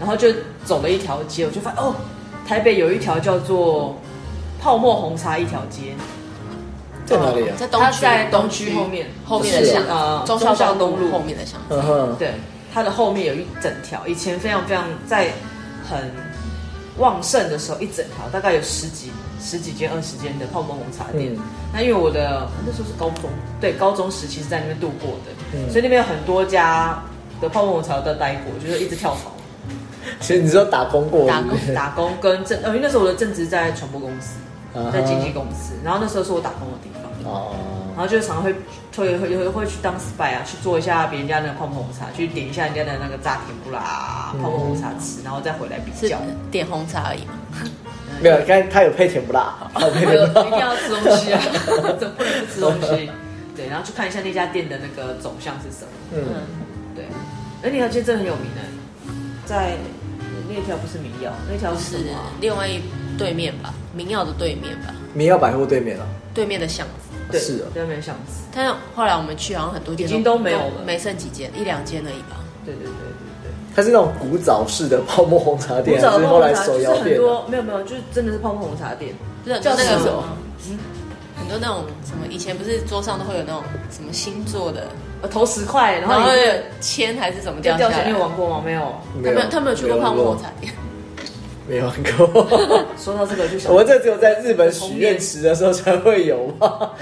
Speaker 2: 然后就走了一条街，我就发现哦，台北有一条叫做泡沫红茶一条街，
Speaker 3: 在哪里啊？
Speaker 1: 在东
Speaker 2: 它
Speaker 1: 区
Speaker 2: 在东区
Speaker 1: 区
Speaker 2: 后面
Speaker 1: 后面的
Speaker 3: 是
Speaker 1: 巷子
Speaker 2: 啊，
Speaker 1: 忠
Speaker 2: 忠孝
Speaker 1: 孝
Speaker 2: 东
Speaker 1: 东
Speaker 2: 路
Speaker 1: 路后面的巷子。
Speaker 3: 嗯哼，
Speaker 2: 对，它的后面有一整条，以前非常非常在很旺盛的时候，一整条大概有十几十几间、二十间的泡沫红茶店。
Speaker 3: 嗯
Speaker 2: 那因为我的那时候是高中，对，高中时期是在那边度过的，
Speaker 3: 嗯
Speaker 2: 所以那边有很多家的泡沫红茶都待过，就是一直跳槽。
Speaker 3: 其实你知道打工过，
Speaker 2: 打
Speaker 3: 是不是
Speaker 2: 工打工跟正，呃，因为那时候我的正职在传播公司，在经纪
Speaker 3: 啊
Speaker 2: 公司，然后那时候是我打工的地方，
Speaker 3: 哈哦，
Speaker 2: 然后就常常会会会会会去当 spy 啊，去做一下别人家的泡沫红茶，去点一下人家的那个炸甜不啦、
Speaker 3: 嗯
Speaker 2: 泡沫红茶吃，然后再回来比
Speaker 1: 是
Speaker 2: 较。
Speaker 1: 点红茶而已嘛，
Speaker 3: 没有，刚才他有配甜不辣，他有配
Speaker 2: 我
Speaker 3: 甜 不辣
Speaker 2: 有一
Speaker 1: 嗯
Speaker 2: 定要吃东西啊，怎么不能不吃东西？对，然后去看一下那家店的那个走向是什么。
Speaker 3: 嗯，
Speaker 1: 嗯，
Speaker 2: 对，而那条街真的很有名呢、在那条不是民谣，那条是
Speaker 1: 是
Speaker 2: 什么啊、
Speaker 1: 另外一对面吧，民耀的对面吧，
Speaker 3: 民耀百货对面啊，
Speaker 1: 对面的巷子。
Speaker 2: 对，
Speaker 3: 是啊
Speaker 2: 在那边巷子。
Speaker 1: 但后来我们去，好像很多店
Speaker 2: 已经都没有了
Speaker 1: 没剩几间，一两间而已吧。
Speaker 2: 对对对对对。
Speaker 3: 它是那种古早式的泡沫红茶店，
Speaker 2: 古早
Speaker 3: 还
Speaker 2: 的
Speaker 3: 是
Speaker 2: 泡
Speaker 3: 后
Speaker 2: 沫
Speaker 3: 来
Speaker 2: 红茶
Speaker 3: 手
Speaker 2: 就是
Speaker 3: 摇
Speaker 2: 很
Speaker 3: 店啊？
Speaker 2: 多没有没有，就是真的是泡沫红茶店，
Speaker 1: 不是很
Speaker 2: 叫
Speaker 1: 多那个
Speaker 2: 什
Speaker 1: 什
Speaker 2: 么
Speaker 1: 么，嗯很多那种什么，以前不是桌上都会有那种什么星座的，
Speaker 2: 呃，投十块，然
Speaker 1: 然
Speaker 2: 后
Speaker 1: 后
Speaker 2: 你
Speaker 1: 有签还是什么
Speaker 2: 掉
Speaker 1: 掉
Speaker 2: 掉
Speaker 1: 下
Speaker 2: 下来。
Speaker 1: 来
Speaker 2: 你有。玩过吗？没有。
Speaker 1: 他没有，他没有去过泡沫红
Speaker 3: 茶，
Speaker 1: 茶店。
Speaker 3: 没玩过。
Speaker 2: 说到这个就想，
Speaker 3: 我们这只有在日本许愿池的时候才会有 吧？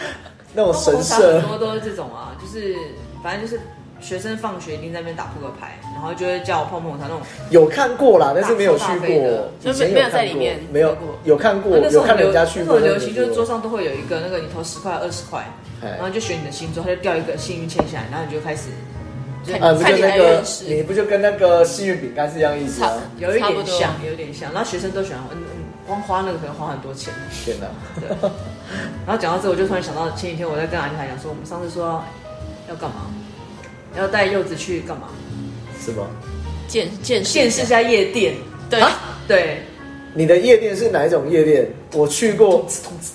Speaker 3: 那种
Speaker 2: 泡沫
Speaker 3: 神
Speaker 2: 红茶
Speaker 3: 社
Speaker 2: 很，多都是这种啊，就是反正就是学生放学一定在那边打扑克牌，然后就会叫泡沫红茶那种，
Speaker 3: 有看过啦，但是没有去
Speaker 2: 大大杯
Speaker 3: 过
Speaker 2: 的，
Speaker 1: 就
Speaker 3: 以
Speaker 1: 没
Speaker 3: 前
Speaker 1: 没有
Speaker 3: 看
Speaker 1: 在
Speaker 3: 过
Speaker 1: 里面
Speaker 3: 没有
Speaker 1: 看过
Speaker 3: 有看过，
Speaker 2: 啊那时
Speaker 3: 有
Speaker 2: 候很
Speaker 3: 看
Speaker 2: 流
Speaker 3: 人家
Speaker 2: 那
Speaker 3: 去
Speaker 2: 时
Speaker 3: 过，
Speaker 2: 候很
Speaker 3: 但
Speaker 2: 流
Speaker 3: 没有
Speaker 2: 行
Speaker 3: 去
Speaker 2: 就是
Speaker 3: 过
Speaker 2: 桌上都会有一个那个你投十块二十块，
Speaker 3: 哎
Speaker 2: 然后就选你的星座，他就掉一个幸运签下来，然后你就开始
Speaker 3: 啊，不就
Speaker 1: 看你
Speaker 3: 那
Speaker 1: 来
Speaker 3: 个
Speaker 1: 认，识
Speaker 3: 你不就跟那个幸运饼干是一样意思 啊？
Speaker 1: 差
Speaker 2: 有一
Speaker 1: 差不
Speaker 2: 点
Speaker 1: 多
Speaker 2: 像，有点像，然后学生都喜欢，嗯嗯，光花那个可能花很多钱。
Speaker 3: 天哪！
Speaker 2: 对。然后讲到这，我就突然想到前几天我在跟阿丽塔讲说，我们上次说要干嘛，要带柚子去干嘛？
Speaker 3: 什么？
Speaker 1: 见见识
Speaker 2: 见识一下夜店。
Speaker 1: 对，
Speaker 2: 啊
Speaker 3: 啊
Speaker 2: 对，
Speaker 3: 你的夜店是哪一种夜店？我去过，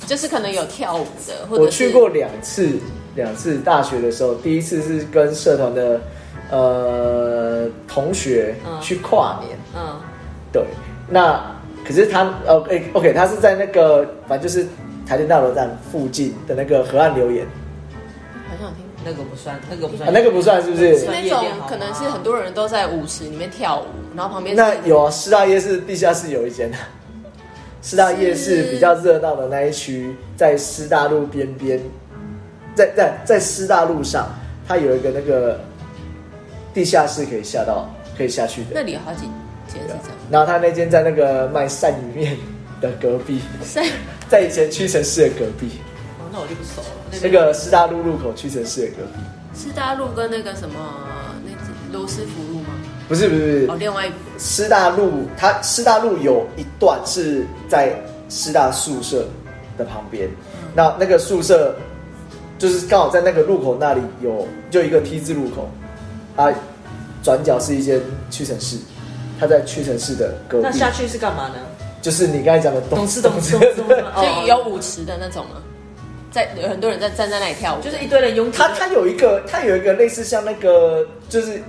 Speaker 1: 就是可能有跳舞的，或者
Speaker 3: 我
Speaker 1: 是
Speaker 3: 去过两次，两次大学的时候，第一次是跟社团的呃同学
Speaker 2: 嗯
Speaker 3: 去跨年，
Speaker 2: 嗯，
Speaker 3: 对，那可是他呃诶 OK，他是在那个反正就是台电大楼站附近的那个河岸留言
Speaker 1: 好像有听过。
Speaker 2: 那个不算，那个不
Speaker 3: 啊
Speaker 2: 算，，
Speaker 3: 那个不算是不
Speaker 1: 是
Speaker 3: 是？
Speaker 1: 那种可能是很多人都在舞池里面跳舞，然后旁边是
Speaker 3: 那有啊，师大夜市地下室有一间的， 师大夜市比较热闹的那一区，在师大路边边，在在在师大路上，它有一个那个地下室可以下到可以下去的
Speaker 1: 那。里有好几间是这样。
Speaker 3: 然后他那间在那个卖鳝鱼面的隔壁，
Speaker 1: 是啊
Speaker 3: 在以前屈臣氏的隔壁，
Speaker 2: 哦那我就不熟了。
Speaker 3: 那个师大路路口屈臣氏的隔壁。
Speaker 1: 师大路跟那个什么那只罗斯福路吗？
Speaker 3: 不是不是不
Speaker 1: 哦，
Speaker 3: 是，
Speaker 1: 另外一个
Speaker 3: 师大路，它师大路有一段是在师大宿舍的旁边，
Speaker 2: 嗯
Speaker 3: 那那个宿舍就是刚好在那个路口那里有就一个 T 字路口，啊，转角是一间屈臣氏，它在屈臣氏的隔
Speaker 2: 那
Speaker 3: 壁，
Speaker 2: 下去是干嘛呢？
Speaker 3: 就是你刚才讲的
Speaker 2: 懂吃懂吃懂吃
Speaker 3: 对
Speaker 1: 所
Speaker 2: 哦
Speaker 1: 以有舞池的那种吗？在有很多人在站在那里跳舞，
Speaker 2: 就是一堆人拥挤。
Speaker 3: 它它有一个它有一个类似像那个就是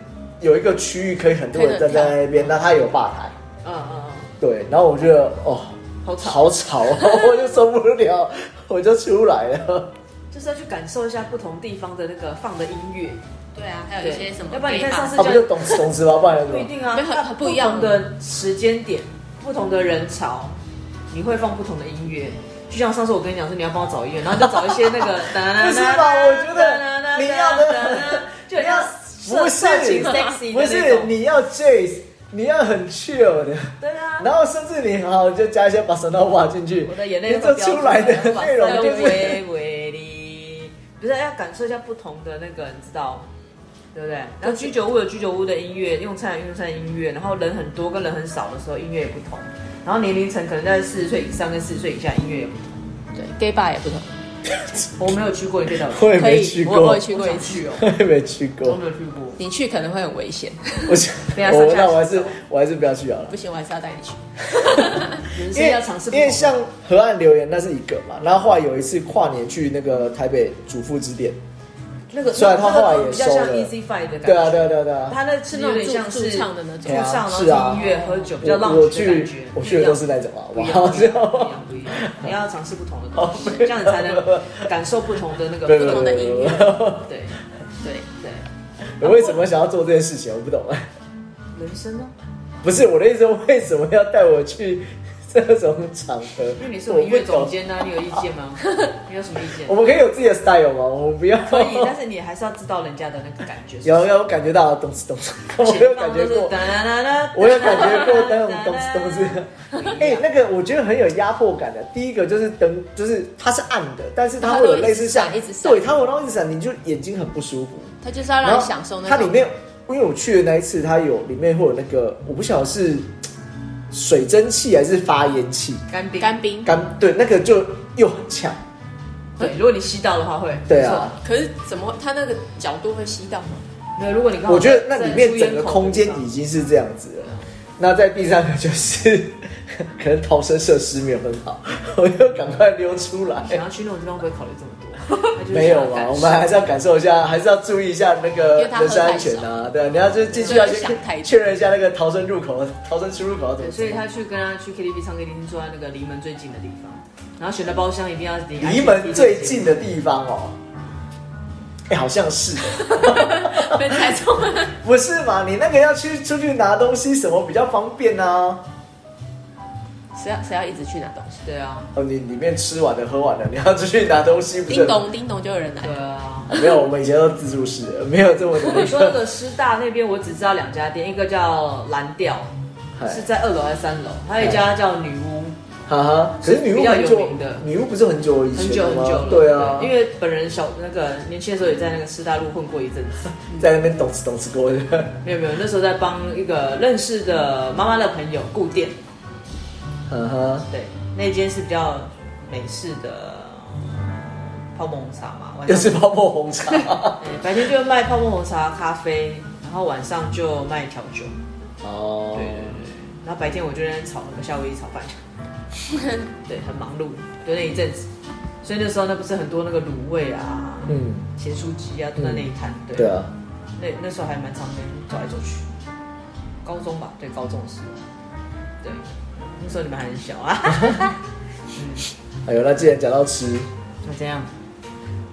Speaker 3: 有一个区域可以很多人站在那边，那它有吧台。
Speaker 2: 嗯嗯
Speaker 3: 对，然后我觉得哦，
Speaker 2: 好吵
Speaker 3: 好吵 哦，我就受不了，我就出来 了。
Speaker 2: 嗯，就是要去感受一下不同地方的那个放的音乐，
Speaker 1: 对啊，还有一些什么，
Speaker 2: 要不然你看上次
Speaker 3: 啊，不就懂吃懂吃吗？不然要怎
Speaker 2: 不一
Speaker 3: 么？
Speaker 2: 定啊，
Speaker 1: 没有很
Speaker 2: 它
Speaker 1: 很不一样
Speaker 2: 同的时间点，不同的人潮，你会放不同的音乐。就像上次我跟你讲说你要帮我找音乐，然后就找一些那个
Speaker 3: 不是吧我觉得你要 的
Speaker 2: 就很像
Speaker 3: 不
Speaker 2: 色
Speaker 3: 是
Speaker 2: 色情 sexy
Speaker 3: 不
Speaker 2: 的那
Speaker 3: 是
Speaker 2: 种，
Speaker 3: 你要 jazz，你要很 chill 的，
Speaker 2: 对啊。
Speaker 3: 然后甚至你好就加一些把 s o n o v a 进去，
Speaker 2: 我的眼泪
Speaker 3: 你做出来的内容就是
Speaker 2: 微微的，不是要感受一下不同的那个，你知道，对不对？然后居酒屋有居酒屋的音乐，用餐有用餐的音乐，然后人很多跟人很少的时候音乐也不同，然后年龄层可能在四十岁以上跟四十岁以下音乐也不同。
Speaker 1: 对 gay bar 也不同，
Speaker 2: 我没有去过，你可以带我
Speaker 3: 我也
Speaker 1: 可
Speaker 3: 没
Speaker 1: 以
Speaker 3: 去
Speaker 1: 我
Speaker 3: 过
Speaker 1: 我也，去过一次哦，
Speaker 3: 我也没去
Speaker 2: 我
Speaker 3: 过
Speaker 2: 没。有去过。
Speaker 1: 你去可能会很危险，
Speaker 3: 我想
Speaker 2: 等一下
Speaker 3: 我
Speaker 2: 上下
Speaker 3: 那我还
Speaker 2: 洗
Speaker 3: 是
Speaker 2: 手
Speaker 3: 我还是不要去好了。
Speaker 1: 不行，我还是要带你去。
Speaker 2: 人
Speaker 3: 因
Speaker 2: 生
Speaker 3: 为
Speaker 2: 要尝试不
Speaker 3: 因
Speaker 2: 同
Speaker 3: 为像河岸留言那是一个嘛，然后后来有一次跨年去那个台北主妇之店，
Speaker 2: 那个
Speaker 3: 虽然他后来也
Speaker 2: 那个比较像
Speaker 3: 收了
Speaker 2: Easy Five 的感觉，
Speaker 3: 对啊，对啊，对啊，对啊。
Speaker 2: 他那是有点像
Speaker 1: 有
Speaker 2: 是
Speaker 1: 点像驻唱的那种
Speaker 2: 驻唱然后
Speaker 3: 对啊
Speaker 2: 听音乐、喝酒，比较浪
Speaker 3: 我我
Speaker 2: 子的
Speaker 3: 去
Speaker 2: 感觉。
Speaker 3: 我去的都是那种啊，
Speaker 2: 不
Speaker 3: 我
Speaker 2: 一样
Speaker 3: 好像
Speaker 2: 不一样，不一样，你要尝试不同的东西，这样你才能感受不同的那个
Speaker 3: 对
Speaker 2: 不
Speaker 3: 对
Speaker 2: 同的
Speaker 3: 对
Speaker 2: 音
Speaker 3: 对
Speaker 2: 乐。
Speaker 3: 对
Speaker 2: 对
Speaker 1: 对，
Speaker 3: 我
Speaker 2: 对，
Speaker 3: 为什么想要做这件事情？我不懂哎。
Speaker 2: 人生呢？
Speaker 3: 不是我的意思，为什么要带我去 这种场合？
Speaker 2: 因为你是我
Speaker 3: 我
Speaker 2: 们音
Speaker 3: 不
Speaker 2: 乐总
Speaker 3: 懂。
Speaker 2: 监呢，你有意见吗？你有什么意见
Speaker 3: 我？们可以有自己的 style 吗？我们不要。
Speaker 2: 可以，但是你还是要知道人家的那个感觉。
Speaker 3: 有有感觉到咚哧咚哧，我有感觉过，我有感觉过那种咚哧咚哧。 哎、那个我觉得很有压迫感的。第一个就是灯，就是它是暗的，但是它会有类似像
Speaker 1: 它会一直闪一直闪
Speaker 3: 对，它会让一直闪，你就眼睛很不舒服。
Speaker 1: 他就是要让你享受那
Speaker 3: 它
Speaker 1: 种
Speaker 3: 里面，因为我去的那一次，它有里面会有那个，我不晓得是水蒸气还是发烟气，
Speaker 2: 干冰
Speaker 1: 干冰，
Speaker 3: 干对那个就又很呛。
Speaker 2: 对，如果你吸到的话会。
Speaker 3: 对啊，
Speaker 1: 可是怎么会他那个角度会吸 到吗？
Speaker 2: 没有，如果你刚好
Speaker 3: 我觉得那里面
Speaker 2: 在
Speaker 3: 整个空间已经是这样子了。那在第三个就是， 可能逃生设施没有很好， 我就赶快溜出来。
Speaker 2: 想要去那种地方不会考虑这么多，他就是
Speaker 3: 没有
Speaker 2: 想要
Speaker 3: 嘛，我
Speaker 2: 感受
Speaker 3: 们还是要感受一下，还是要注意一下那
Speaker 1: 因
Speaker 3: 个
Speaker 1: 为它
Speaker 3: 人身安全啊。对啊，
Speaker 2: 嗯
Speaker 3: 你要就进去要
Speaker 1: 对想
Speaker 3: 先
Speaker 1: 太多
Speaker 3: 确认一下那个逃生入口、逃生出入口要怎么
Speaker 2: 对，
Speaker 3: 走。
Speaker 2: 所以他去跟他去 KTV 唱 KTV 住在那个离门最近的地方，然后选的包厢一定要离
Speaker 3: 离门最近的地方哦，哎，好像 是，
Speaker 1: 被猜中了，
Speaker 3: 不是嘛？你那个要去出去拿东西什么比较方便啊？
Speaker 1: 谁要谁要一直去拿东西？
Speaker 2: 对啊，
Speaker 3: 哦，你里面吃完了、喝完了，你要出去拿东西，不是
Speaker 1: 叮？咚叮咚就有人来
Speaker 2: 对，啊。
Speaker 3: 没有，我们以前都自助式的，没有这么
Speaker 2: 我跟
Speaker 3: 多
Speaker 2: 你。说，那个师大那边我只知道两家店，一个叫蓝调，
Speaker 3: 嗨
Speaker 2: 是在二楼还是三楼？还有一家叫女巫，
Speaker 3: 哈哈，可是女巫很
Speaker 2: 比较有
Speaker 3: 久
Speaker 2: 名的，
Speaker 3: 女巫不是很久以
Speaker 2: 很
Speaker 3: 前
Speaker 2: 久
Speaker 3: 了
Speaker 2: 很
Speaker 3: 哎吗
Speaker 2: 久了。
Speaker 3: 对啊，
Speaker 2: 因为本人小那个年轻的时候也在那个师大路混过一阵子。
Speaker 3: 在那边懂吃懂吃过的。
Speaker 2: 没有没有，那时候在帮一个认识的妈妈的朋友顾店，
Speaker 3: 嗯哼，
Speaker 2: 对，那间是比较美式的泡沫红茶嘛，晚
Speaker 3: 又
Speaker 2: 上
Speaker 3: 是泡沫红茶。
Speaker 2: 嗯白天就卖泡沫红茶、咖啡，然后晚上就卖调酒。
Speaker 3: 哦
Speaker 2: 对对对。然后白天我就在那边炒那个夏威夷炒 饭，对，很忙碌，就那一阵子。所以那时候那不是很多那个卤味啊、
Speaker 3: 嗯，
Speaker 2: 咸酥鸡啊都在那一摊，对，
Speaker 3: 对啊，
Speaker 2: 那那时候还蛮常在走来走去。高中吧，对，高中的时候，对，那时候你们还很小啊。
Speaker 3: 哎呦，那既然讲到吃，
Speaker 2: 那这样，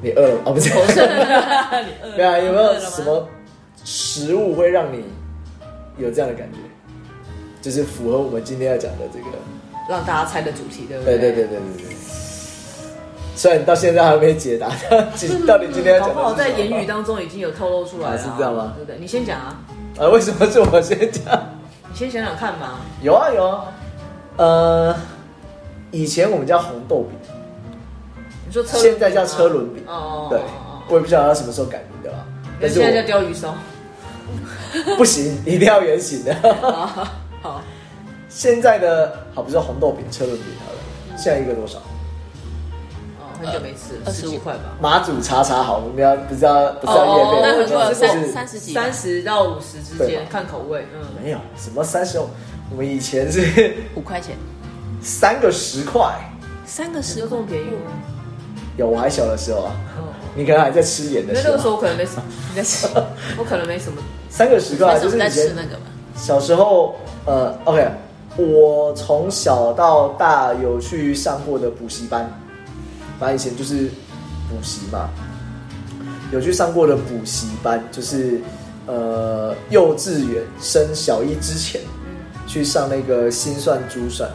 Speaker 3: 你饿了吗？哦， 不是，
Speaker 2: 你饿了
Speaker 3: 对啊，有没
Speaker 2: 饿
Speaker 3: 有
Speaker 2: 了吗
Speaker 3: 什么食物会让你有这样的感觉？就是符合我们今天要讲的这个。
Speaker 2: 让大家猜的主题，对不
Speaker 3: 对对对对对对。虽然你到现在还没解答，但今到底今天要
Speaker 2: 嗯搞
Speaker 3: 讲
Speaker 2: 不
Speaker 3: 的
Speaker 2: 好
Speaker 3: 是
Speaker 2: 在
Speaker 3: 什么
Speaker 2: 言语当中已经有透露出来了、
Speaker 3: 啊是这样吗
Speaker 2: 对不对？你先讲啊，
Speaker 3: 啊？为什么是我先讲？
Speaker 2: 你先想想看嘛。
Speaker 3: 有啊有啊，呃，以前我们叫红豆饼。
Speaker 2: 你说车
Speaker 3: 现
Speaker 2: 轮饼吗啊
Speaker 3: 在叫车轮饼，
Speaker 2: 哦，
Speaker 3: 对，我也不晓得它什么时候改名的啦。
Speaker 2: 那
Speaker 3: 但是
Speaker 2: 现在叫
Speaker 3: 我
Speaker 2: 鲷鱼烧。
Speaker 3: 不行，一定要圆形 的。
Speaker 2: 好哦好，
Speaker 3: 现在的好，比如说红豆饼、车轮饼好了，现在一个多少？
Speaker 2: 哦，很久没吃了，
Speaker 1: 呃
Speaker 2: 十几
Speaker 1: 25
Speaker 2: 块吧，
Speaker 3: 马祖茶茶好，我们要不知道不是要
Speaker 2: 哦
Speaker 3: 夜
Speaker 1: 那
Speaker 3: 费，
Speaker 1: 很多
Speaker 3: 就
Speaker 1: 人
Speaker 3: 是
Speaker 1: 三三十几吧，
Speaker 2: 三十到五十之
Speaker 3: 对
Speaker 2: 间
Speaker 3: 吧，
Speaker 2: 看口味。嗯，
Speaker 3: 没有什么三十，我们以前是
Speaker 1: 五块钱，
Speaker 3: 三个十块，
Speaker 1: 三个十
Speaker 2: 都这么便宜吗？
Speaker 3: 有我还小的时候啊，
Speaker 2: 哦，
Speaker 3: 你可能还在吃盐
Speaker 2: 因
Speaker 3: 的
Speaker 2: 为
Speaker 3: 时
Speaker 2: 那个时
Speaker 3: 候，啊
Speaker 2: 候我可能没什么，你在 吃，我可能没什么。
Speaker 3: 三个十块
Speaker 1: 那时
Speaker 3: 啊就
Speaker 1: 候
Speaker 3: 是以
Speaker 1: 在吃
Speaker 3: 前
Speaker 1: 那个吧，
Speaker 3: 小时候，呃，OK，我从小到大有去上过的补习班，反正以前就是补习嘛，有去上过的补习班，就是呃幼稚园升小一之前去上那个心算珠算，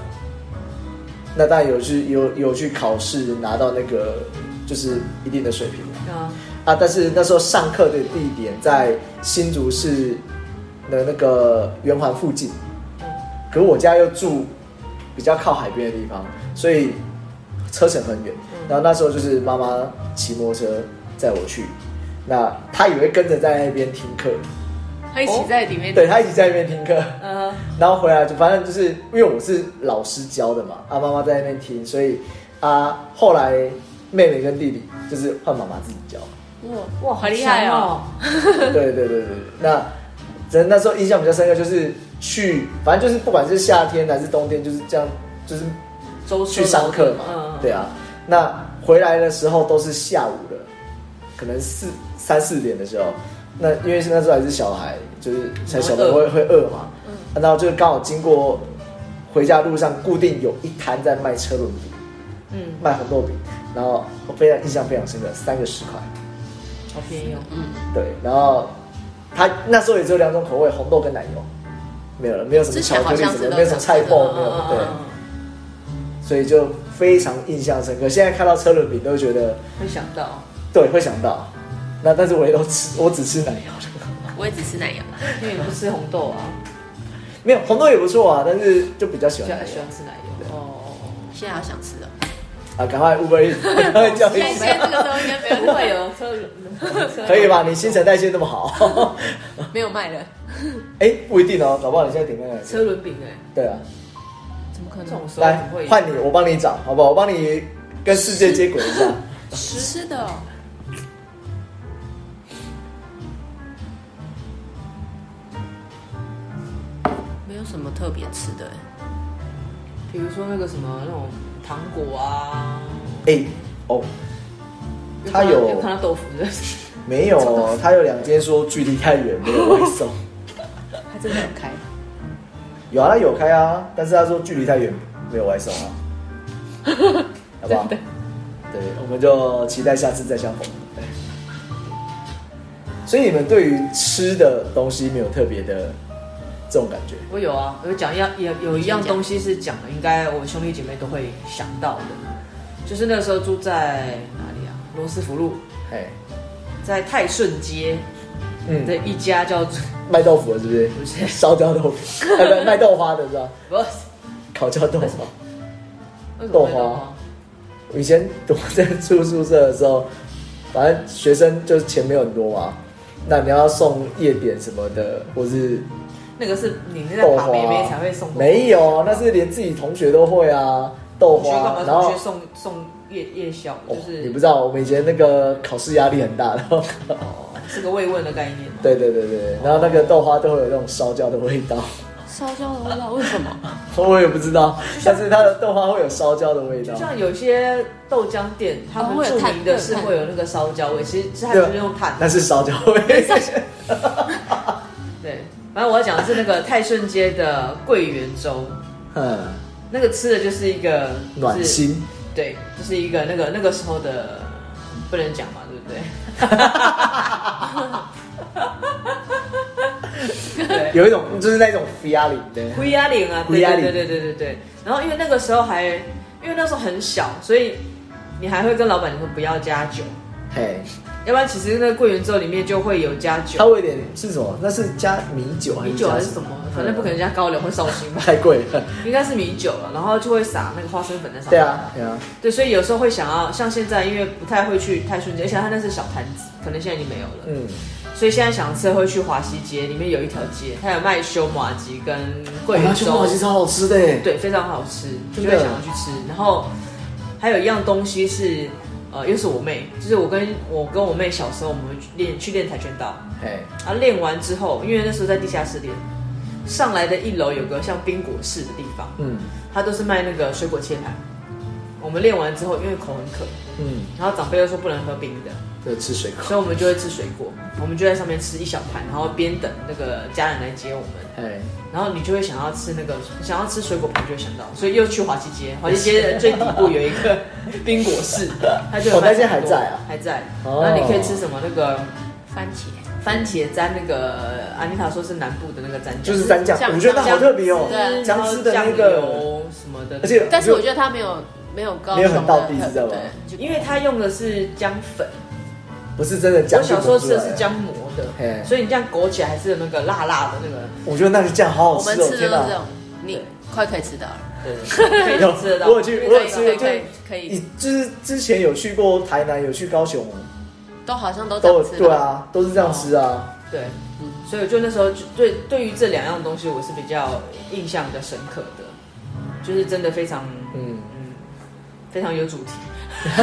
Speaker 3: 那当然有去有有去考试拿到那个就是一定的水平嘛
Speaker 2: 啊，
Speaker 3: 啊，但是那时候上课的地点在新竹市的那个圆环附近，可是我家又住比较靠海边的地方，所以车程很远。然后那时候就是妈妈骑摩托车载我去，那她也会跟着在那边听课，
Speaker 1: 他一
Speaker 3: 哦
Speaker 1: 起在里面，
Speaker 3: 对她一起在那边听课。
Speaker 2: 呃，
Speaker 3: 然后回来就反正就是因为我是老师教的嘛，啊妈妈在那边听，所以啊后来妹妹跟弟弟就是换妈妈自己教。
Speaker 1: 哇
Speaker 2: 哇，
Speaker 1: 哇，好厉害
Speaker 2: 香
Speaker 1: 哦！！
Speaker 3: 对对对对，对那人那时候印象比较深刻就是去，反正就是不管是夏天还是冬天，就是这样，就是
Speaker 2: 舟车
Speaker 3: 去上课嘛。
Speaker 2: 嗯，
Speaker 3: 对啊，那回来的时候都是下午了，可能四三四点的时候，那因为是那时候还是小孩，就是才小
Speaker 2: 嗯
Speaker 3: 朋友会会饿嘛，啊然后就刚好经过回家路上，固定有一摊在卖车轮饼，
Speaker 2: 嗯，
Speaker 3: 卖红豆饼，然后我非常印象非常深刻，三个十块，
Speaker 2: 好便宜哦。
Speaker 1: 嗯，
Speaker 3: 对，然后他那时候也只有两种口味，红豆跟奶油，没有了，没有什么
Speaker 1: 之
Speaker 3: 巧
Speaker 1: 前
Speaker 3: 克
Speaker 1: 好
Speaker 3: 力
Speaker 1: 像
Speaker 3: 什
Speaker 1: 是
Speaker 3: 么，
Speaker 1: 都
Speaker 3: 没有什么菜包，哦没有
Speaker 1: 嗯嗯
Speaker 3: 对
Speaker 1: 嗯，
Speaker 3: 所以就非常印象深刻。现在看到车轮饼都觉得
Speaker 2: 会想到，
Speaker 3: 对，会想到。那但是我也都吃，我只吃奶油 的，
Speaker 1: 嗯我也只吃奶油。
Speaker 2: 因为你不吃红豆啊，
Speaker 3: 没有红豆也不错啊，但是就比较喜
Speaker 2: 喜
Speaker 3: 欢奶
Speaker 2: 欢喜
Speaker 3: 油
Speaker 2: 欢吃奶油。哦，
Speaker 1: 现在好想 吃哦，
Speaker 3: 啊。赶快 Uber，Eats，赶 快叫一
Speaker 1: 现在
Speaker 3: 下，
Speaker 1: 现在这个时候应该哦没有
Speaker 2: 不会有车轮，
Speaker 3: 可以吧？你新陈代谢那么好，
Speaker 1: 没有卖了，
Speaker 3: 哎、不一定哦，搞不好你现在点那个。
Speaker 2: 车轮饼哎，
Speaker 3: 对啊，
Speaker 1: 怎么可
Speaker 2: 这种时候
Speaker 3: 来
Speaker 2: 不会有
Speaker 3: 换你，我帮你找，好不好？我帮你跟世界接轨一 下。
Speaker 1: 吃的哦？没有什么特别吃的哎，
Speaker 2: 比如说那个什么那种糖果啊，
Speaker 3: 哎、哦，它有
Speaker 2: 有看到豆腐的，
Speaker 3: 没有哦，他有两间说距离太远没有外 送，
Speaker 2: 它真的很开。
Speaker 3: 有啊，他有开啊，但是他说距离太远没有外送啊， 好不好？对，我们就期待下次再相逢。对所以你们对于吃的东西没有特别的这种感觉，
Speaker 2: 我有啊， 我有讲一样，有有一样东西是讲的，应该我们兄弟姐妹都会想到的，就是那时候住在哪里啊？罗斯福路，
Speaker 3: 哎，
Speaker 2: 在泰顺街
Speaker 3: 嗯，
Speaker 2: 的，一家叫做
Speaker 3: 卖豆腐的是不是？
Speaker 2: 不是
Speaker 3: 烧焦豆腐，哎不卖豆花的是吧？
Speaker 2: 不是
Speaker 3: 烤焦豆腐。
Speaker 2: 为什么会啊
Speaker 3: 豆
Speaker 2: 豆
Speaker 3: 花
Speaker 2: 花？
Speaker 3: 我以前我在住宿舍的时候，反正学生就是钱没有很多嘛，那你要送夜点什么的，或是
Speaker 2: 那个是你那
Speaker 3: 豆
Speaker 2: 在
Speaker 3: 花啊
Speaker 2: 爬妹妹才会送豆花，
Speaker 3: 没有，啊那是连自己同学都会啊，豆
Speaker 2: 同学干
Speaker 3: 花
Speaker 2: 嘛，
Speaker 3: 然后
Speaker 2: 同学。送送夜夜宵，
Speaker 3: 哦
Speaker 2: 就，
Speaker 3: 你不
Speaker 2: 是
Speaker 3: 知道，我们以前那个考试压力很大，然 后，。
Speaker 2: 哦是个慰问的概念嘛
Speaker 3: 对对对对，然后那个豆花都会有那种烧焦的味道，
Speaker 1: 烧焦的味道为什么？
Speaker 3: 我也不知道，但是它的豆花会有烧焦的味道
Speaker 2: 就，像有些豆浆店，他
Speaker 1: 哦会
Speaker 2: 们
Speaker 1: 有
Speaker 2: 著
Speaker 1: 碳
Speaker 2: 名的是
Speaker 1: 会有碳
Speaker 2: 会有那个烧焦味，其实其实它就是用碳。
Speaker 3: 那是烧焦 味。
Speaker 2: 对，反正我要讲的是那个泰顺街的桂圆粥，
Speaker 3: 嗯，
Speaker 2: 那个吃的就是一个
Speaker 3: 暖，
Speaker 2: 就是
Speaker 3: 心，
Speaker 2: 对，就是一个那个那个时候的不能讲嘛，对不对？ 对
Speaker 3: 有一种就是那种 feeling 的，
Speaker 2: 灰鸭岭啊，
Speaker 3: 灰
Speaker 2: 对
Speaker 3: 鸭
Speaker 2: 对
Speaker 3: 岭
Speaker 2: 对对对对对。然后因为那个时候还，因为那时候很小，所以你还会跟老板说不要加酒，
Speaker 3: 嘿，
Speaker 2: 要不然其实那个桂圆粥里面就会有加
Speaker 3: 它
Speaker 2: 酒，
Speaker 3: 会有点是什么？那是加米酒还是
Speaker 2: 米
Speaker 3: 加
Speaker 2: 酒还是什么，反正不可能加高粱会烧心吧，
Speaker 3: 太贵 了。
Speaker 2: 应该是米酒了。然后就会撒那个花生粉在上
Speaker 3: 对
Speaker 2: 面。
Speaker 3: 啊，对啊，
Speaker 2: 对，所以有时候会想要像现在，因为不太会去泰顺街，而且它那是小摊子，可能现在已经没有了。
Speaker 3: 嗯，
Speaker 2: 所以现在想吃会去华西街，里面有一条街，它有卖修麻吉跟桂
Speaker 3: 哇
Speaker 2: 圆
Speaker 3: 熊猫
Speaker 2: 粥
Speaker 3: 其，实超好吃的耶，
Speaker 2: 对，非常好吃，就
Speaker 3: 真的
Speaker 2: 会想要去吃。然后还有一样东西是，呃，又是我妹，就是我跟我跟我妹小时候，我们会去练去练跆拳道，
Speaker 3: 嘿，
Speaker 2: 啊，练完之后，因为那时候在地下室练，上来的一楼有个像冰果室的地方，
Speaker 3: 嗯
Speaker 2: 它都是卖那个水果切盘。我们练完之后，因为口很渴，
Speaker 3: 嗯，
Speaker 2: 然后长辈又说不能喝冰的，
Speaker 3: 就吃水果，
Speaker 2: 所以我们就会吃水果，我们就在上面吃一小盘，然后边等那个家人来接我们，
Speaker 3: 嘿，
Speaker 2: 然后你就会想要吃那个，想要吃水果盘就会想到，所以又去华西街，华西街 的最底部有一个 冰果室，它就有
Speaker 3: 哦
Speaker 2: 卖
Speaker 3: 那些
Speaker 2: 很多
Speaker 3: 还在啊
Speaker 2: 还在，
Speaker 3: 哦
Speaker 2: 然后你可以吃什么那个
Speaker 1: 番茄，
Speaker 2: 番茄沾那个安妮塔说是南部的那个蘸酱，
Speaker 3: 就是蘸酱
Speaker 1: 酱，
Speaker 3: 我觉得那好特别哦
Speaker 1: 对，啊
Speaker 3: 姜
Speaker 2: 然后
Speaker 3: 丝的那
Speaker 2: 酱
Speaker 3: 个，
Speaker 2: 油什么的，
Speaker 3: 而且
Speaker 1: 但是我觉得它没有没有高
Speaker 3: 没有很
Speaker 1: 雄
Speaker 3: 到
Speaker 1: 的
Speaker 3: 地
Speaker 1: 很
Speaker 3: 知道吗
Speaker 1: 对，就
Speaker 2: 因为它用的是姜粉，
Speaker 3: 不是真的姜
Speaker 2: 我
Speaker 3: 就抹出来，
Speaker 2: 小时候吃的是姜磨
Speaker 3: 嘿
Speaker 2: 的，所以你这样裹起来还是有那个辣辣的那个。
Speaker 3: 我觉得那个酱好
Speaker 1: 我
Speaker 3: 好
Speaker 1: 们
Speaker 3: 吃哦，
Speaker 1: 吃的
Speaker 3: 天
Speaker 1: 都
Speaker 3: 哪
Speaker 1: 是这！种，你快可以吃到了，
Speaker 2: 对， 可以吃得到。
Speaker 3: 我有去，我有
Speaker 1: 可以
Speaker 3: 吃，
Speaker 1: 可以
Speaker 3: 就
Speaker 1: 可以，
Speaker 3: 你就是之前有去过台南，有去高雄，
Speaker 1: 都好像都这
Speaker 3: 都
Speaker 1: 样
Speaker 3: 有
Speaker 1: 吃
Speaker 3: 对
Speaker 1: 的，
Speaker 3: 啊，都是这样吃啊。
Speaker 2: 对，嗯所以我就那时候就对对于这两样东西，我是比较印象比较深刻的，就是真的非常
Speaker 3: 嗯，
Speaker 2: 嗯非常有主题，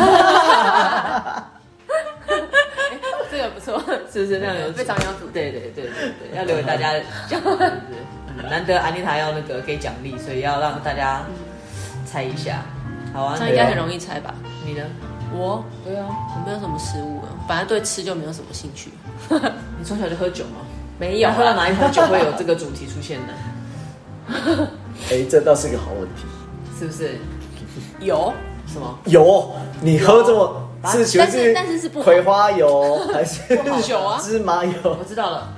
Speaker 1: 这个不错，
Speaker 2: 是不是那样有主题
Speaker 1: 非常有主题
Speaker 2: 对对对对对，要留给大家讲，对对对嗯难得安妮塔要那个给奖励，所以要让大家猜一下。好啊，
Speaker 1: 这
Speaker 2: 那
Speaker 1: 样应该很容易猜吧？
Speaker 2: 你呢？
Speaker 1: 我
Speaker 2: 对啊，
Speaker 1: 我没有什么食物啊，反正对吃就没有什么兴趣。
Speaker 2: 你从小就喝酒吗？
Speaker 1: 没有
Speaker 2: 那
Speaker 1: 啊
Speaker 2: 喝到哪一款酒会有这个主题出现 呢？
Speaker 3: 哎，这倒是个好问题。
Speaker 2: 是不是？
Speaker 1: 有，
Speaker 2: 什么？
Speaker 3: 油，你喝这么
Speaker 2: 有
Speaker 3: 是
Speaker 1: 但
Speaker 3: 全
Speaker 1: 是但是是不好
Speaker 3: 葵花油 还是
Speaker 2: 不好酒啊
Speaker 3: 芝麻油
Speaker 2: 我知道了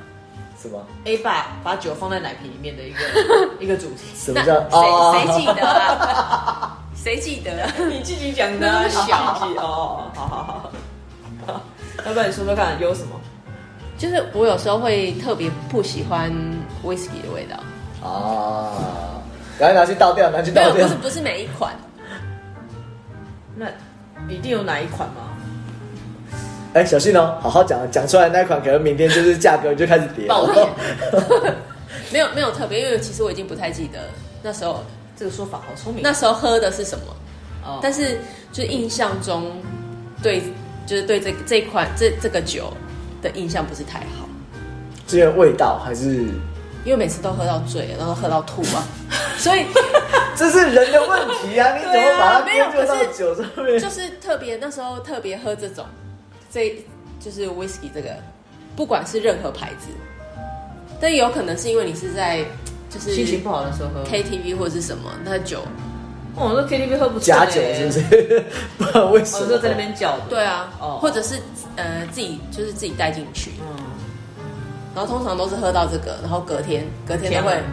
Speaker 3: 什么？
Speaker 2: ，A 爸把酒放在奶瓶里面的一个 一个主题，
Speaker 3: 什
Speaker 1: 那
Speaker 3: 么叫啊
Speaker 1: 谁谁记得啊？谁记得啊？
Speaker 2: 你自己讲
Speaker 1: 那么
Speaker 2: 小
Speaker 1: 小
Speaker 2: 哦哦，好好好。好要不然你说说看，有什么？
Speaker 1: 就是我有时候会特别不喜欢 whisky 的味道，
Speaker 3: 啊？赶快拿去倒掉，拿去
Speaker 1: 没
Speaker 3: 倒
Speaker 1: 有，不
Speaker 3: 掉
Speaker 1: 是。不是每一款，
Speaker 2: 那一定有哪一款吗？
Speaker 3: 哎，小心哦，好好讲，讲出来那款可能明天就是价格就开始跌
Speaker 1: 爆
Speaker 3: 了
Speaker 1: 裂。 没有没有特别，因为其实我已经不太记得那时候
Speaker 2: 这个说法好聪明。
Speaker 1: 那时候喝的是什么，
Speaker 2: 哦
Speaker 1: 但是就是印象中对就是对这这款这这个酒的印象不是太好，
Speaker 3: 这个味道还是
Speaker 1: 因为每次都喝到醉，然后喝到吐啊， 所以
Speaker 3: 这是人的问题啊！你怎么把它
Speaker 1: 对啊
Speaker 3: 归咎
Speaker 1: 没
Speaker 3: 到
Speaker 1: 有可是
Speaker 3: 酒上 面？
Speaker 1: 就是特别那时候特别喝这种，这就是 whisky 这个，不管是任何牌子，但有可能是因为你是在就是
Speaker 2: 心情不好的时候喝。
Speaker 1: KTV 或者是什么，那酒
Speaker 2: 哦，我说 KTV 喝不醉
Speaker 3: 假
Speaker 2: 欸
Speaker 3: 酒是不？是？不知道为什
Speaker 2: 哦，
Speaker 3: 么？
Speaker 2: 就在那边叫的。
Speaker 1: 对啊，
Speaker 2: 哦
Speaker 1: 或者是呃自己就是自己带进去，
Speaker 2: 嗯，
Speaker 1: 然后通常都是喝到这个，然后隔天隔天都会
Speaker 2: 天，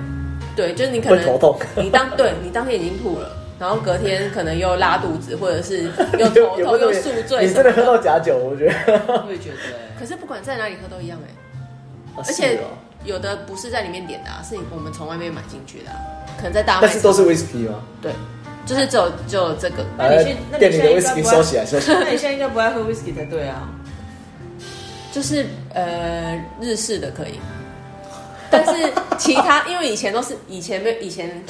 Speaker 1: 对，就是你可
Speaker 3: 啊会
Speaker 1: 能
Speaker 3: 头痛，
Speaker 1: 你当对你当天已经吐了，然后隔天可能又拉肚子，或者是又
Speaker 3: 有
Speaker 1: 头
Speaker 3: 有没
Speaker 1: 痛
Speaker 3: 有
Speaker 1: 又宿醉
Speaker 3: 你
Speaker 1: 什
Speaker 3: 真
Speaker 1: 么
Speaker 3: 的喝到假酒，我觉得。
Speaker 2: 我也觉得欸。
Speaker 1: 可是不管在哪里喝都一样哎、
Speaker 3: 而
Speaker 1: 而
Speaker 3: 啊哦
Speaker 1: 且有的不是在里面点的、啊，是我们从外面买进去的啊、可能在大卖
Speaker 3: 但是都
Speaker 1: 场
Speaker 3: 是 whisky 吗？
Speaker 1: 对，就是只有只有这个，
Speaker 2: 那你现那
Speaker 3: 把
Speaker 2: 你
Speaker 3: 呃店里的
Speaker 2: 现在
Speaker 3: whisky
Speaker 2: 应该不要
Speaker 3: 收起来，收起来。
Speaker 2: 那你现在应该不爱喝 whisky 才对啊。
Speaker 1: 就是呃日式的可以，但是其他 因为以前都是以前没有以前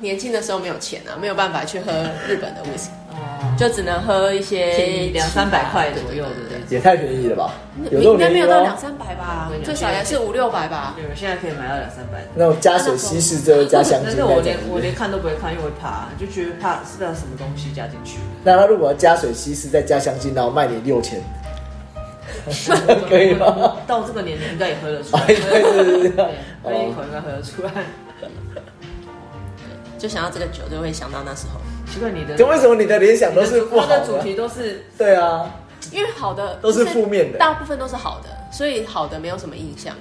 Speaker 1: 年轻的时候没有钱啊，没有办法去喝日本的 whisky，
Speaker 2: 哦，
Speaker 1: 就只能喝一些
Speaker 2: 便宜两三百块左
Speaker 1: 对
Speaker 2: 右，对
Speaker 1: 对
Speaker 2: 不
Speaker 1: 对
Speaker 2: 对？
Speaker 3: 也太便宜了吧？有啊
Speaker 1: 对
Speaker 3: 这种
Speaker 1: 应该没
Speaker 3: 便
Speaker 1: 有
Speaker 3: 宜
Speaker 1: 到
Speaker 3: 吗
Speaker 1: 两三百吧
Speaker 2: 我跟你，
Speaker 1: 最
Speaker 2: 讲
Speaker 1: 少也是五六百吧。
Speaker 2: 对，现在可以买到两三百。
Speaker 3: 那种加水稀释之后加香精
Speaker 2: 但是
Speaker 3: 那
Speaker 2: 我
Speaker 3: 种
Speaker 2: 连。我连看都不会看，因为我怕，就觉得怕是不是什么东西加进去。
Speaker 3: 那他如果要加水稀释再加香精，然后卖你六千， 可以吗？
Speaker 2: 到这个年龄应该也喝得出来，
Speaker 3: 哎， 对对对对对
Speaker 2: 对，喝一口
Speaker 3: 哦，
Speaker 2: 应该喝得出来。
Speaker 1: 就想到这个酒，就会想到那时候，
Speaker 2: 奇怪，你的
Speaker 3: 就为什么你的联想都是不好
Speaker 2: 它的主题
Speaker 3: 的？
Speaker 2: 都是
Speaker 3: 对啊，
Speaker 1: 因为好的
Speaker 3: 都是负面的
Speaker 1: 大部分都是好的，所以好的没有什么印象，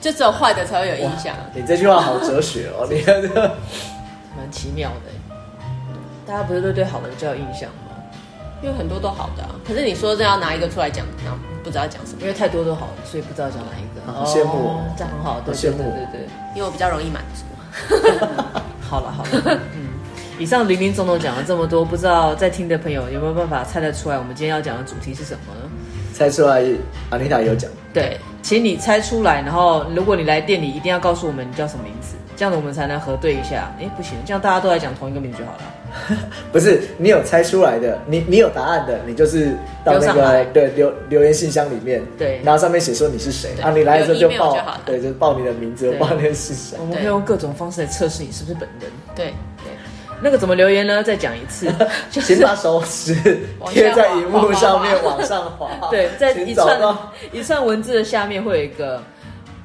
Speaker 1: 就只有坏的才会有印象。
Speaker 3: 你这句话好哲学哦，你看这 个
Speaker 2: 蛮奇妙的欸。大家不是都对好的比较有印象吗？
Speaker 1: 因为很多都好的、啊，可是你说这要拿一个出来讲，那不知道讲什么，
Speaker 2: 因为太多都好了，所以不知道讲哪一个。
Speaker 3: 好羡慕哦
Speaker 2: 这样很好，对
Speaker 3: 好羡慕
Speaker 2: 对对对对。
Speaker 1: 因为我比较容易满足。
Speaker 2: 好了好了，嗯，以上林林总总讲了这么多，不知道在听的朋友有没有办法猜得出来我们今天要讲的主题是什么呢？
Speaker 3: 猜出来，阿妮塔有讲，
Speaker 2: 对，请你猜出来，然后如果你来店里，一定要告诉我们你叫什么名字，这样子我们才能核对一下。哎，不行，这样大家都来讲同一个名字就好了。
Speaker 3: 不是你有猜出来的，你你有答案的，你就是到
Speaker 2: 留
Speaker 3: 那
Speaker 2: 上来
Speaker 3: 个对留留言信箱里面，
Speaker 2: 对
Speaker 3: 然后上面写说你是谁
Speaker 1: 对
Speaker 3: 啊，你来的时候就
Speaker 1: 有 email
Speaker 3: 报
Speaker 1: 就好了，
Speaker 3: 对，就报你的名字，
Speaker 2: 对
Speaker 3: 报你的是谁
Speaker 2: 我。们可以用各种方式来测试你是不是本人。
Speaker 1: 对，
Speaker 2: 对，那个怎么留言呢？再讲一 次，就是
Speaker 3: 请把手指
Speaker 1: 往下
Speaker 3: 贴在
Speaker 1: 滑
Speaker 3: 荧幕上面
Speaker 1: 滑
Speaker 3: 往上滑。
Speaker 2: 对，在
Speaker 3: 请
Speaker 2: 一
Speaker 3: 找
Speaker 2: 串
Speaker 3: 到
Speaker 2: 一串文字的下面会有一个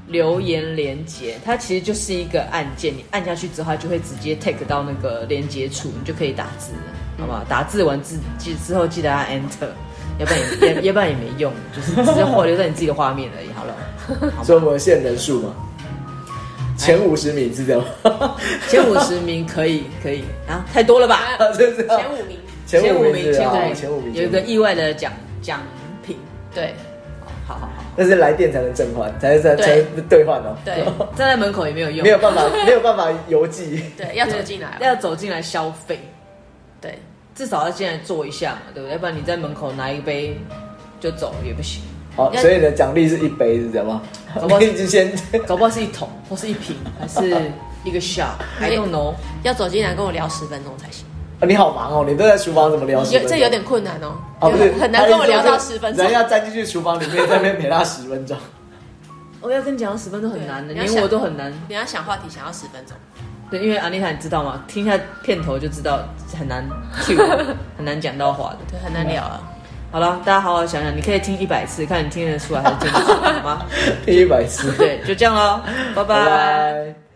Speaker 2: 留言连接，它其实就是一个按键，你按下去之后，它就会直接 take 到那个连接处，你就可以打字了，好
Speaker 3: 嗯
Speaker 2: 不好？打字完字记之后记得按 enter，要不然也也要不然也没用，就是只是或留在你自己的画面而已，好了。
Speaker 3: 所以我们限人数嘛，前五十名是这样吗？
Speaker 2: 前五十名可以可以啊，太多了吧？
Speaker 3: 是这样
Speaker 1: 前。五名，
Speaker 3: 呃前五名
Speaker 2: 名，
Speaker 3: 是
Speaker 2: 前
Speaker 3: 啊
Speaker 2: 五
Speaker 3: 前五名
Speaker 2: 有一个
Speaker 3: 前五名
Speaker 2: 意外的奖奖品，
Speaker 1: 对
Speaker 2: 好好 好，
Speaker 3: 但是来电才能正换，才才
Speaker 1: 对
Speaker 3: 才兑换哦。
Speaker 1: 对
Speaker 2: 站在门口也没有用，
Speaker 3: 没有办法， 没有办法邮寄。
Speaker 1: 对，要走进来了，
Speaker 2: 要走进来消费。
Speaker 1: 对，
Speaker 2: 至少要进来坐一下嘛，对不对？要不然你在门口拿一杯就走也不行，
Speaker 3: 好，所以你的奖励是一杯是这样吗
Speaker 2: 搞不？好
Speaker 3: 你已经先
Speaker 2: 搞不好是一桶，或是一瓶，还是一个 shot，I don't know。
Speaker 1: 要走进来跟我聊十分钟才行，
Speaker 3: 啊你好忙哦，你都在厨房怎么聊十分
Speaker 1: 有
Speaker 3: 钟？
Speaker 1: 这有点困难哦，
Speaker 3: 啊，不是
Speaker 1: 有很难跟我聊到十分钟
Speaker 3: 人。要站进去厨房里面，在那边陪他十分钟。
Speaker 2: 我要跟你讲，十分钟很难的，
Speaker 1: 对你要
Speaker 2: 连我
Speaker 1: 想
Speaker 2: 都很难。
Speaker 1: 你要想话题，想要十分钟，
Speaker 2: 对，因为阿丽塔你知道吗？听一下片头就知道很难 Q，很 难讲到话的。
Speaker 1: 对，很难聊啊。
Speaker 2: 好了，大家好好想想，你可以听一百次， 看你听得出来还是听不出来好吗？
Speaker 3: 第一百次，
Speaker 2: 对，就这样喽，拜
Speaker 3: 拜
Speaker 2: 拜
Speaker 3: 拜。